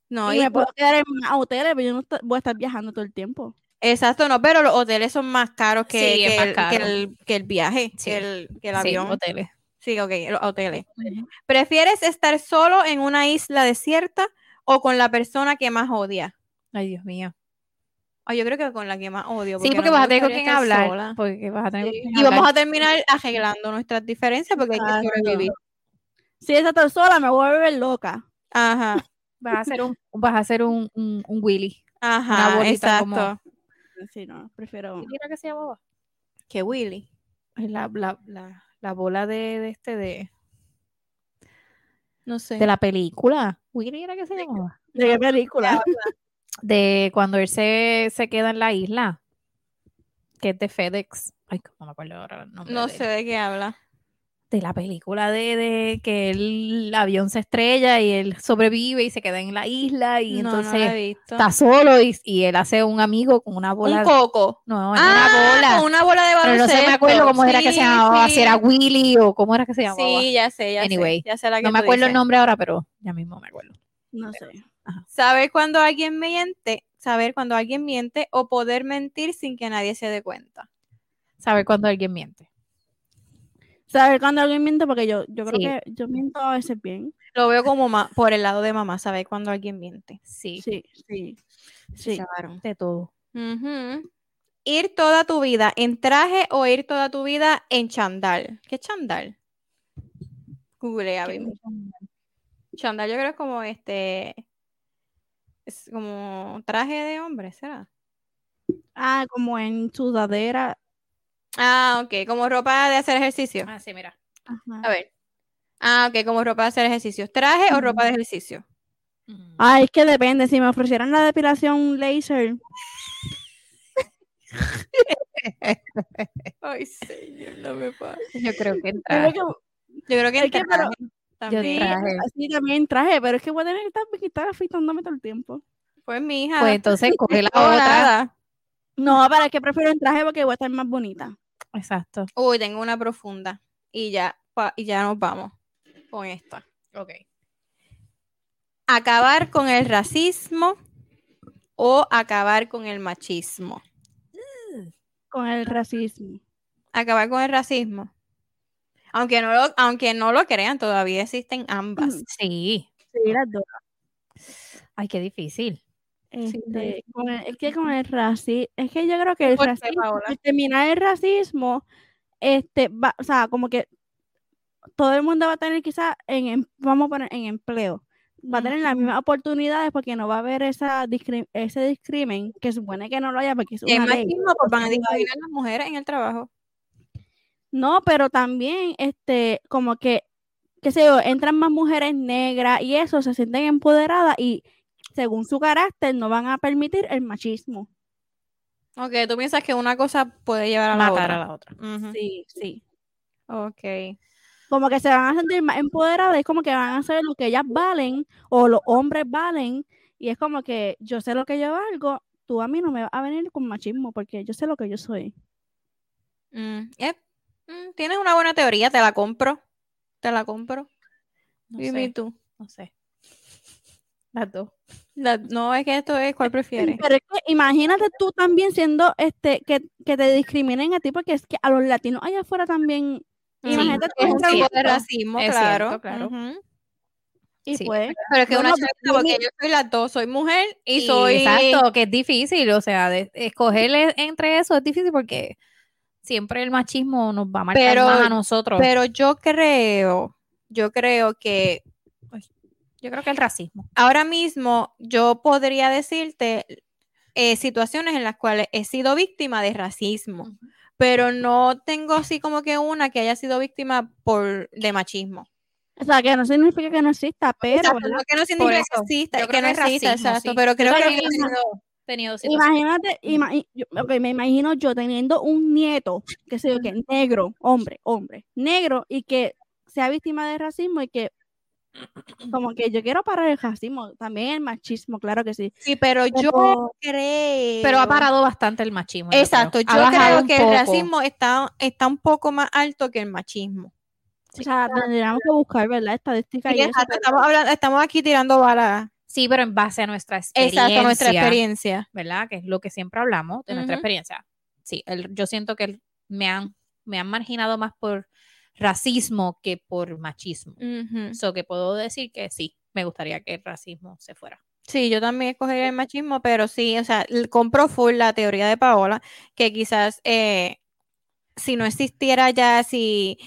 Speaker 3: No,
Speaker 1: y
Speaker 3: y
Speaker 1: me
Speaker 3: pues-
Speaker 1: puedo quedar en más hoteles, pero yo no esta- voy a estar viajando todo el tiempo.
Speaker 3: exacto, no, pero los hoteles son más caros que,
Speaker 6: Sí, es
Speaker 3: que
Speaker 6: más
Speaker 3: el,
Speaker 6: caro.
Speaker 3: que, el, que el viaje,
Speaker 6: Sí.
Speaker 3: que, el, que el
Speaker 6: Sí,
Speaker 3: avión.
Speaker 6: hoteles.
Speaker 3: Sí, ok, los hoteles. ¿Prefieres estar solo en una isla desierta o con la persona que más odia?
Speaker 6: Ay, Dios mío.
Speaker 3: Ay, yo creo que con la que más odio.
Speaker 6: Sí, porque
Speaker 3: no
Speaker 6: vas
Speaker 3: me
Speaker 6: a tener con
Speaker 3: gustaría
Speaker 6: quién
Speaker 3: estar
Speaker 6: hablar.
Speaker 3: sola.
Speaker 6: Porque vas a tener con quién
Speaker 3: Y vamos
Speaker 6: hablar.
Speaker 3: a terminar arreglando nuestras diferencias porque hay que
Speaker 1: Exacto.
Speaker 3: sobrevivir.
Speaker 1: Si es estar sola, me voy a volver loca.
Speaker 3: Ajá,
Speaker 6: Vas a hacer un, vas a hacer un, un, un Willy.
Speaker 3: ajá,
Speaker 6: bolita
Speaker 3: exacto.
Speaker 6: como-
Speaker 1: Sí, no, prefiero.
Speaker 6: ¿Qué era que se llamaba?
Speaker 3: Que Willy.
Speaker 6: La, la, la, la bola de, de este de,
Speaker 3: No sé.
Speaker 6: de la película. Willy era que se llamaba.
Speaker 1: ¿De qué película?
Speaker 6: De cuando él se, se queda en la isla. Que es de FedEx. Ay, no me acuerdo ahora el nombre
Speaker 3: No
Speaker 6: de-
Speaker 3: sé de qué habla.
Speaker 6: de la película de, de que el avión se estrella y él sobrevive y se queda en la isla y
Speaker 3: no, no
Speaker 6: entonces
Speaker 3: la he visto.
Speaker 6: está solo y, y él hace un amigo con una bola.
Speaker 3: Un coco.
Speaker 6: no, es
Speaker 3: Ah,
Speaker 6: una bola.
Speaker 3: con una bola de
Speaker 6: Pero
Speaker 3: baloncesto.
Speaker 6: no sé, me acuerdo cómo era que se
Speaker 3: Sí,
Speaker 6: llamaba, si
Speaker 3: sí.
Speaker 6: era Willy o cómo era que se llamaba.
Speaker 3: Sí, ya sé, ya
Speaker 6: Anyway,
Speaker 3: sé. Ya sé la que
Speaker 6: no me
Speaker 3: tú
Speaker 6: acuerdo el
Speaker 3: dices.
Speaker 6: nombre ahora, pero ya mismo me acuerdo.
Speaker 1: No sé.
Speaker 3: Saber cuando alguien miente, saber cuando alguien miente o poder mentir sin que nadie se dé cuenta.
Speaker 6: Saber cuando alguien miente.
Speaker 1: Saber cuando alguien miente, porque yo, yo creo
Speaker 6: Sí.
Speaker 1: que yo miento a veces bien.
Speaker 3: Lo veo como ma- por el lado de mamá, saber cuando alguien miente.
Speaker 6: Sí,
Speaker 1: Sí, sí. Sí.
Speaker 3: Claro.
Speaker 6: de todo.
Speaker 3: Ujú. Ir toda tu vida en traje o ir toda tu vida en chandal. ¿Qué es chandal? Google, a ver. Chandal yo creo es como este. Es como traje de hombre, ¿será?
Speaker 1: Ah, como en sudadera.
Speaker 3: Ah, ok, como ropa de hacer ejercicio.
Speaker 6: Ah, sí, mira.
Speaker 1: Ajá.
Speaker 3: A ver. Ah, ok, como ropa de hacer ejercicio. ¿Traje o ropa de ejercicio?
Speaker 1: Ah, es que depende. Si me ofrecieran la depilación laser,
Speaker 3: Ay, señor, no me pasa.
Speaker 6: Yo creo que
Speaker 1: creo
Speaker 6: entra.
Speaker 1: que
Speaker 3: Yo creo que
Speaker 1: Es
Speaker 3: en
Speaker 1: que, pero-
Speaker 3: traje también.
Speaker 6: traje.
Speaker 1: así también traje, pero es que voy a tener que estar, estar afeitándome todo el tiempo.
Speaker 3: Pues mi hija.
Speaker 6: Pues entonces coge la
Speaker 3: no hago
Speaker 6: otra.
Speaker 3: nada.
Speaker 1: No, pero es que prefiero en traje porque voy a estar más bonita.
Speaker 6: Exacto.
Speaker 3: Uy, tengo una profunda. Y ya, pa- y ya nos vamos con esta.
Speaker 6: Ok.
Speaker 3: Acabar con el racismo o acabar con el machismo.
Speaker 1: Con el racismo.
Speaker 3: Acabar con el racismo. Aunque no lo, aunque no lo crean, todavía existen
Speaker 1: Mm,
Speaker 3: ambas.
Speaker 6: Mm, Sí.
Speaker 1: Sí, las dos.
Speaker 6: Ay, qué difícil.
Speaker 1: Este, con el- es que con el racismo, es que yo creo que el
Speaker 3: ¿Por qué,
Speaker 1: racismo,
Speaker 3: Paola?
Speaker 1: al terminar el racismo, este, va, o sea, como que todo el mundo va a tener quizás, en, em- vamos a poner, en empleo, va a tener las mismas oportunidades porque no va a haber esa discrim- ese discrimen, que supone que no lo haya porque es
Speaker 3: Y el
Speaker 1: una ley.
Speaker 3: machismo, pues van a
Speaker 1: Entonces,
Speaker 3: discriminar a las mujeres en el trabajo.
Speaker 1: No, pero también, este, como que, qué sé yo, entran más mujeres negras y eso, se sienten empoderadas y según su carácter no van a permitir el machismo.
Speaker 3: Ok, tú piensas que una cosa puede llevar a la
Speaker 6: Matar
Speaker 3: otra.
Speaker 6: a la otra.
Speaker 3: Ujú.
Speaker 1: Sí, sí.
Speaker 3: Ok.
Speaker 1: Como que se van a sentir más empoderadas, es como que van a saber lo que ellas valen o los hombres valen y es como que yo sé lo que yo valgo, tú a mí no me vas a venir con machismo porque yo sé lo que yo soy.
Speaker 3: Mm, eh, mm, tienes una buena teoría, te la compro. Te la compro.
Speaker 6: No
Speaker 3: Dime
Speaker 6: sé,
Speaker 3: tú.
Speaker 6: no sé. Las dos.
Speaker 3: La- no, es que esto es cuál prefieres.
Speaker 1: Pero es que imagínate tú también siendo, este, que, que te discriminen a ti porque es que a los latinos allá afuera también
Speaker 3: Mm,
Speaker 1: imagínate
Speaker 3: es
Speaker 1: tú
Speaker 3: un
Speaker 1: ser
Speaker 3: tipo de
Speaker 6: cierto,
Speaker 3: racismo,
Speaker 6: es
Speaker 3: claro.
Speaker 6: cierto, claro.
Speaker 3: ujú.
Speaker 1: y
Speaker 6: Sí.
Speaker 1: pues
Speaker 3: Pero es que
Speaker 1: No,
Speaker 3: una
Speaker 1: no,
Speaker 3: chuleta,
Speaker 1: yo
Speaker 3: porque
Speaker 1: mi-
Speaker 3: yo soy las dos, soy mujer y
Speaker 6: Y
Speaker 3: soy.
Speaker 6: Exacto, que es difícil, o sea, de- escoger e- entre eso es difícil porque siempre el machismo nos va a marcar
Speaker 3: Pero-
Speaker 6: más a nosotros.
Speaker 3: Pero yo creo, yo creo que
Speaker 6: yo creo que el racismo.
Speaker 3: ahora mismo yo podría decirte eh, situaciones en las cuales he sido víctima de racismo,
Speaker 6: Ujú.
Speaker 3: pero no tengo así como que una que haya sido víctima por de machismo.
Speaker 1: O sea, que no significa que no exista, pero
Speaker 3: Exacto,
Speaker 1: ¿verdad?
Speaker 3: no que no significa que
Speaker 6: eso,
Speaker 3: exista,
Speaker 6: yo
Speaker 3: que
Speaker 6: creo
Speaker 3: no
Speaker 6: que es
Speaker 3: exista,
Speaker 6: racismo,
Speaker 3: exacto,
Speaker 6: sí.
Speaker 3: pero creo
Speaker 6: Yo
Speaker 3: que
Speaker 6: también he sido-
Speaker 3: pues,
Speaker 6: tenido situaciones.
Speaker 1: imagínate, ima- y- yo- ok, me imagino yo teniendo un nieto, que sé yo, que negro, hombre, hombre, negro, y que sea víctima de racismo y que como que yo quiero parar el racismo, también el machismo, claro que sí.
Speaker 3: sí, pero yo
Speaker 1: Pero-
Speaker 3: creo
Speaker 6: Pero ha parado bastante el machismo. yo
Speaker 3: Exacto,
Speaker 6: creo.
Speaker 3: yo
Speaker 6: Ha bajado
Speaker 3: creo
Speaker 6: un
Speaker 3: que el
Speaker 6: poco.
Speaker 3: racismo está, está un poco más alto que el machismo.
Speaker 1: O sea, tendríamos que buscar, ¿verdad? Estadística
Speaker 3: Sí,
Speaker 1: y eso,
Speaker 3: exacto, estamos, hablando, estamos aquí tirando balas
Speaker 6: Sí, pero en base a nuestra experiencia.
Speaker 3: Exacto, nuestra experiencia.
Speaker 6: ¿verdad? Que es lo que siempre hablamos de nuestra
Speaker 3: Ujú.
Speaker 6: experiencia. Sí, el- yo siento que el- me han, me han marginado más por racismo que por machismo.
Speaker 3: Ujú.
Speaker 6: So que puedo decir que sí, me gustaría que el racismo se fuera.
Speaker 3: Sí, yo también escogería el machismo, pero sí, o sea, l- compro full la teoría de Paola, que quizás eh, si no existiera ya, si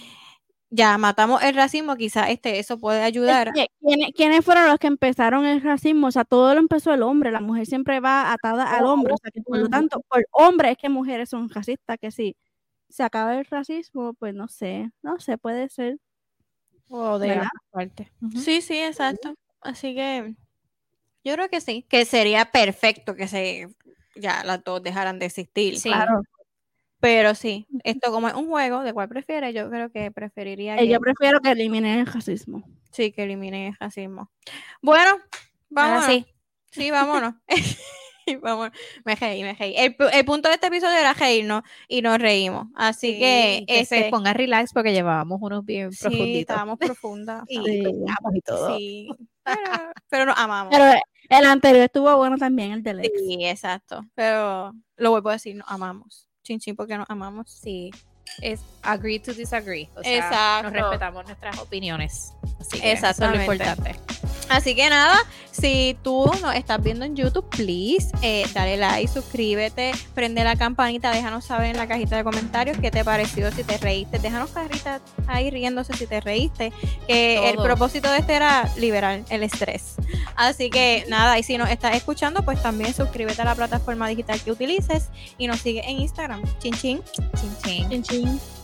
Speaker 3: ya matamos el racismo, quizás este, eso puede ayudar.
Speaker 1: que, ¿quiénes, quiénes fueron los que empezaron el racismo? O sea, todo lo empezó el hombre. La mujer siempre va atada al hombre. O sea, que por lo
Speaker 3: Ujú.
Speaker 1: tanto, por hombre es que mujeres son racistas, que si se acaba el racismo, pues no sé, no sé, puede ser.
Speaker 6: O
Speaker 1: de ¿Verdad?
Speaker 6: parte.
Speaker 3: Sí, sí, exacto. Así que yo creo que sí, que sería perfecto que se ya las dos dejaran de existir.
Speaker 6: Sí.
Speaker 1: Claro.
Speaker 3: Pero sí, esto como es un juego, ¿de cuál prefiere? Yo creo que preferiría
Speaker 1: Eh,
Speaker 3: que,
Speaker 1: Yo prefiero que eliminen el racismo.
Speaker 3: sí, que eliminen el racismo. Bueno,
Speaker 6: Ahora
Speaker 3: vámonos.
Speaker 6: sí.
Speaker 3: Ah, Sí, vámonos. vámonos. Me reí, me reí. El, pu- el punto de este episodio era reírnos y nos reímos. Así que,
Speaker 6: que, se
Speaker 3: este,
Speaker 6: ponga relax porque llevábamos unos bien
Speaker 3: sí,
Speaker 6: profunditos.
Speaker 3: estábamos profundas.
Speaker 6: Y
Speaker 1: Sí.
Speaker 6: bromeamos y todo.
Speaker 3: Sí, pero, pero nos amamos.
Speaker 1: Pero el anterior estuvo bueno también, el del ex.
Speaker 3: Sí, exacto. Pero lo vuelvo a decir, nos amamos. Chin chin porque nos amamos.
Speaker 6: Sí. Es agree to disagree. O sea,
Speaker 3: Exacto.
Speaker 6: nos respetamos nuestras opiniones. Así que eso es lo
Speaker 3: Exactamente.
Speaker 6: importante.
Speaker 3: Así que nada, si tú nos estás viendo en YouTube, please eh, dale like, suscríbete, prende la campanita, déjanos saber en la cajita de comentarios qué te pareció, si te reíste, déjanos carritas ahí riéndose si te reíste, que el
Speaker 6: Todo.
Speaker 3: propósito de este era liberar el estrés. Así que nada, y si nos estás escuchando, pues también suscríbete a la plataforma digital que utilices y nos sigue en Instagram. Chin chin.
Speaker 6: Chin, chin.
Speaker 1: Chin, chin.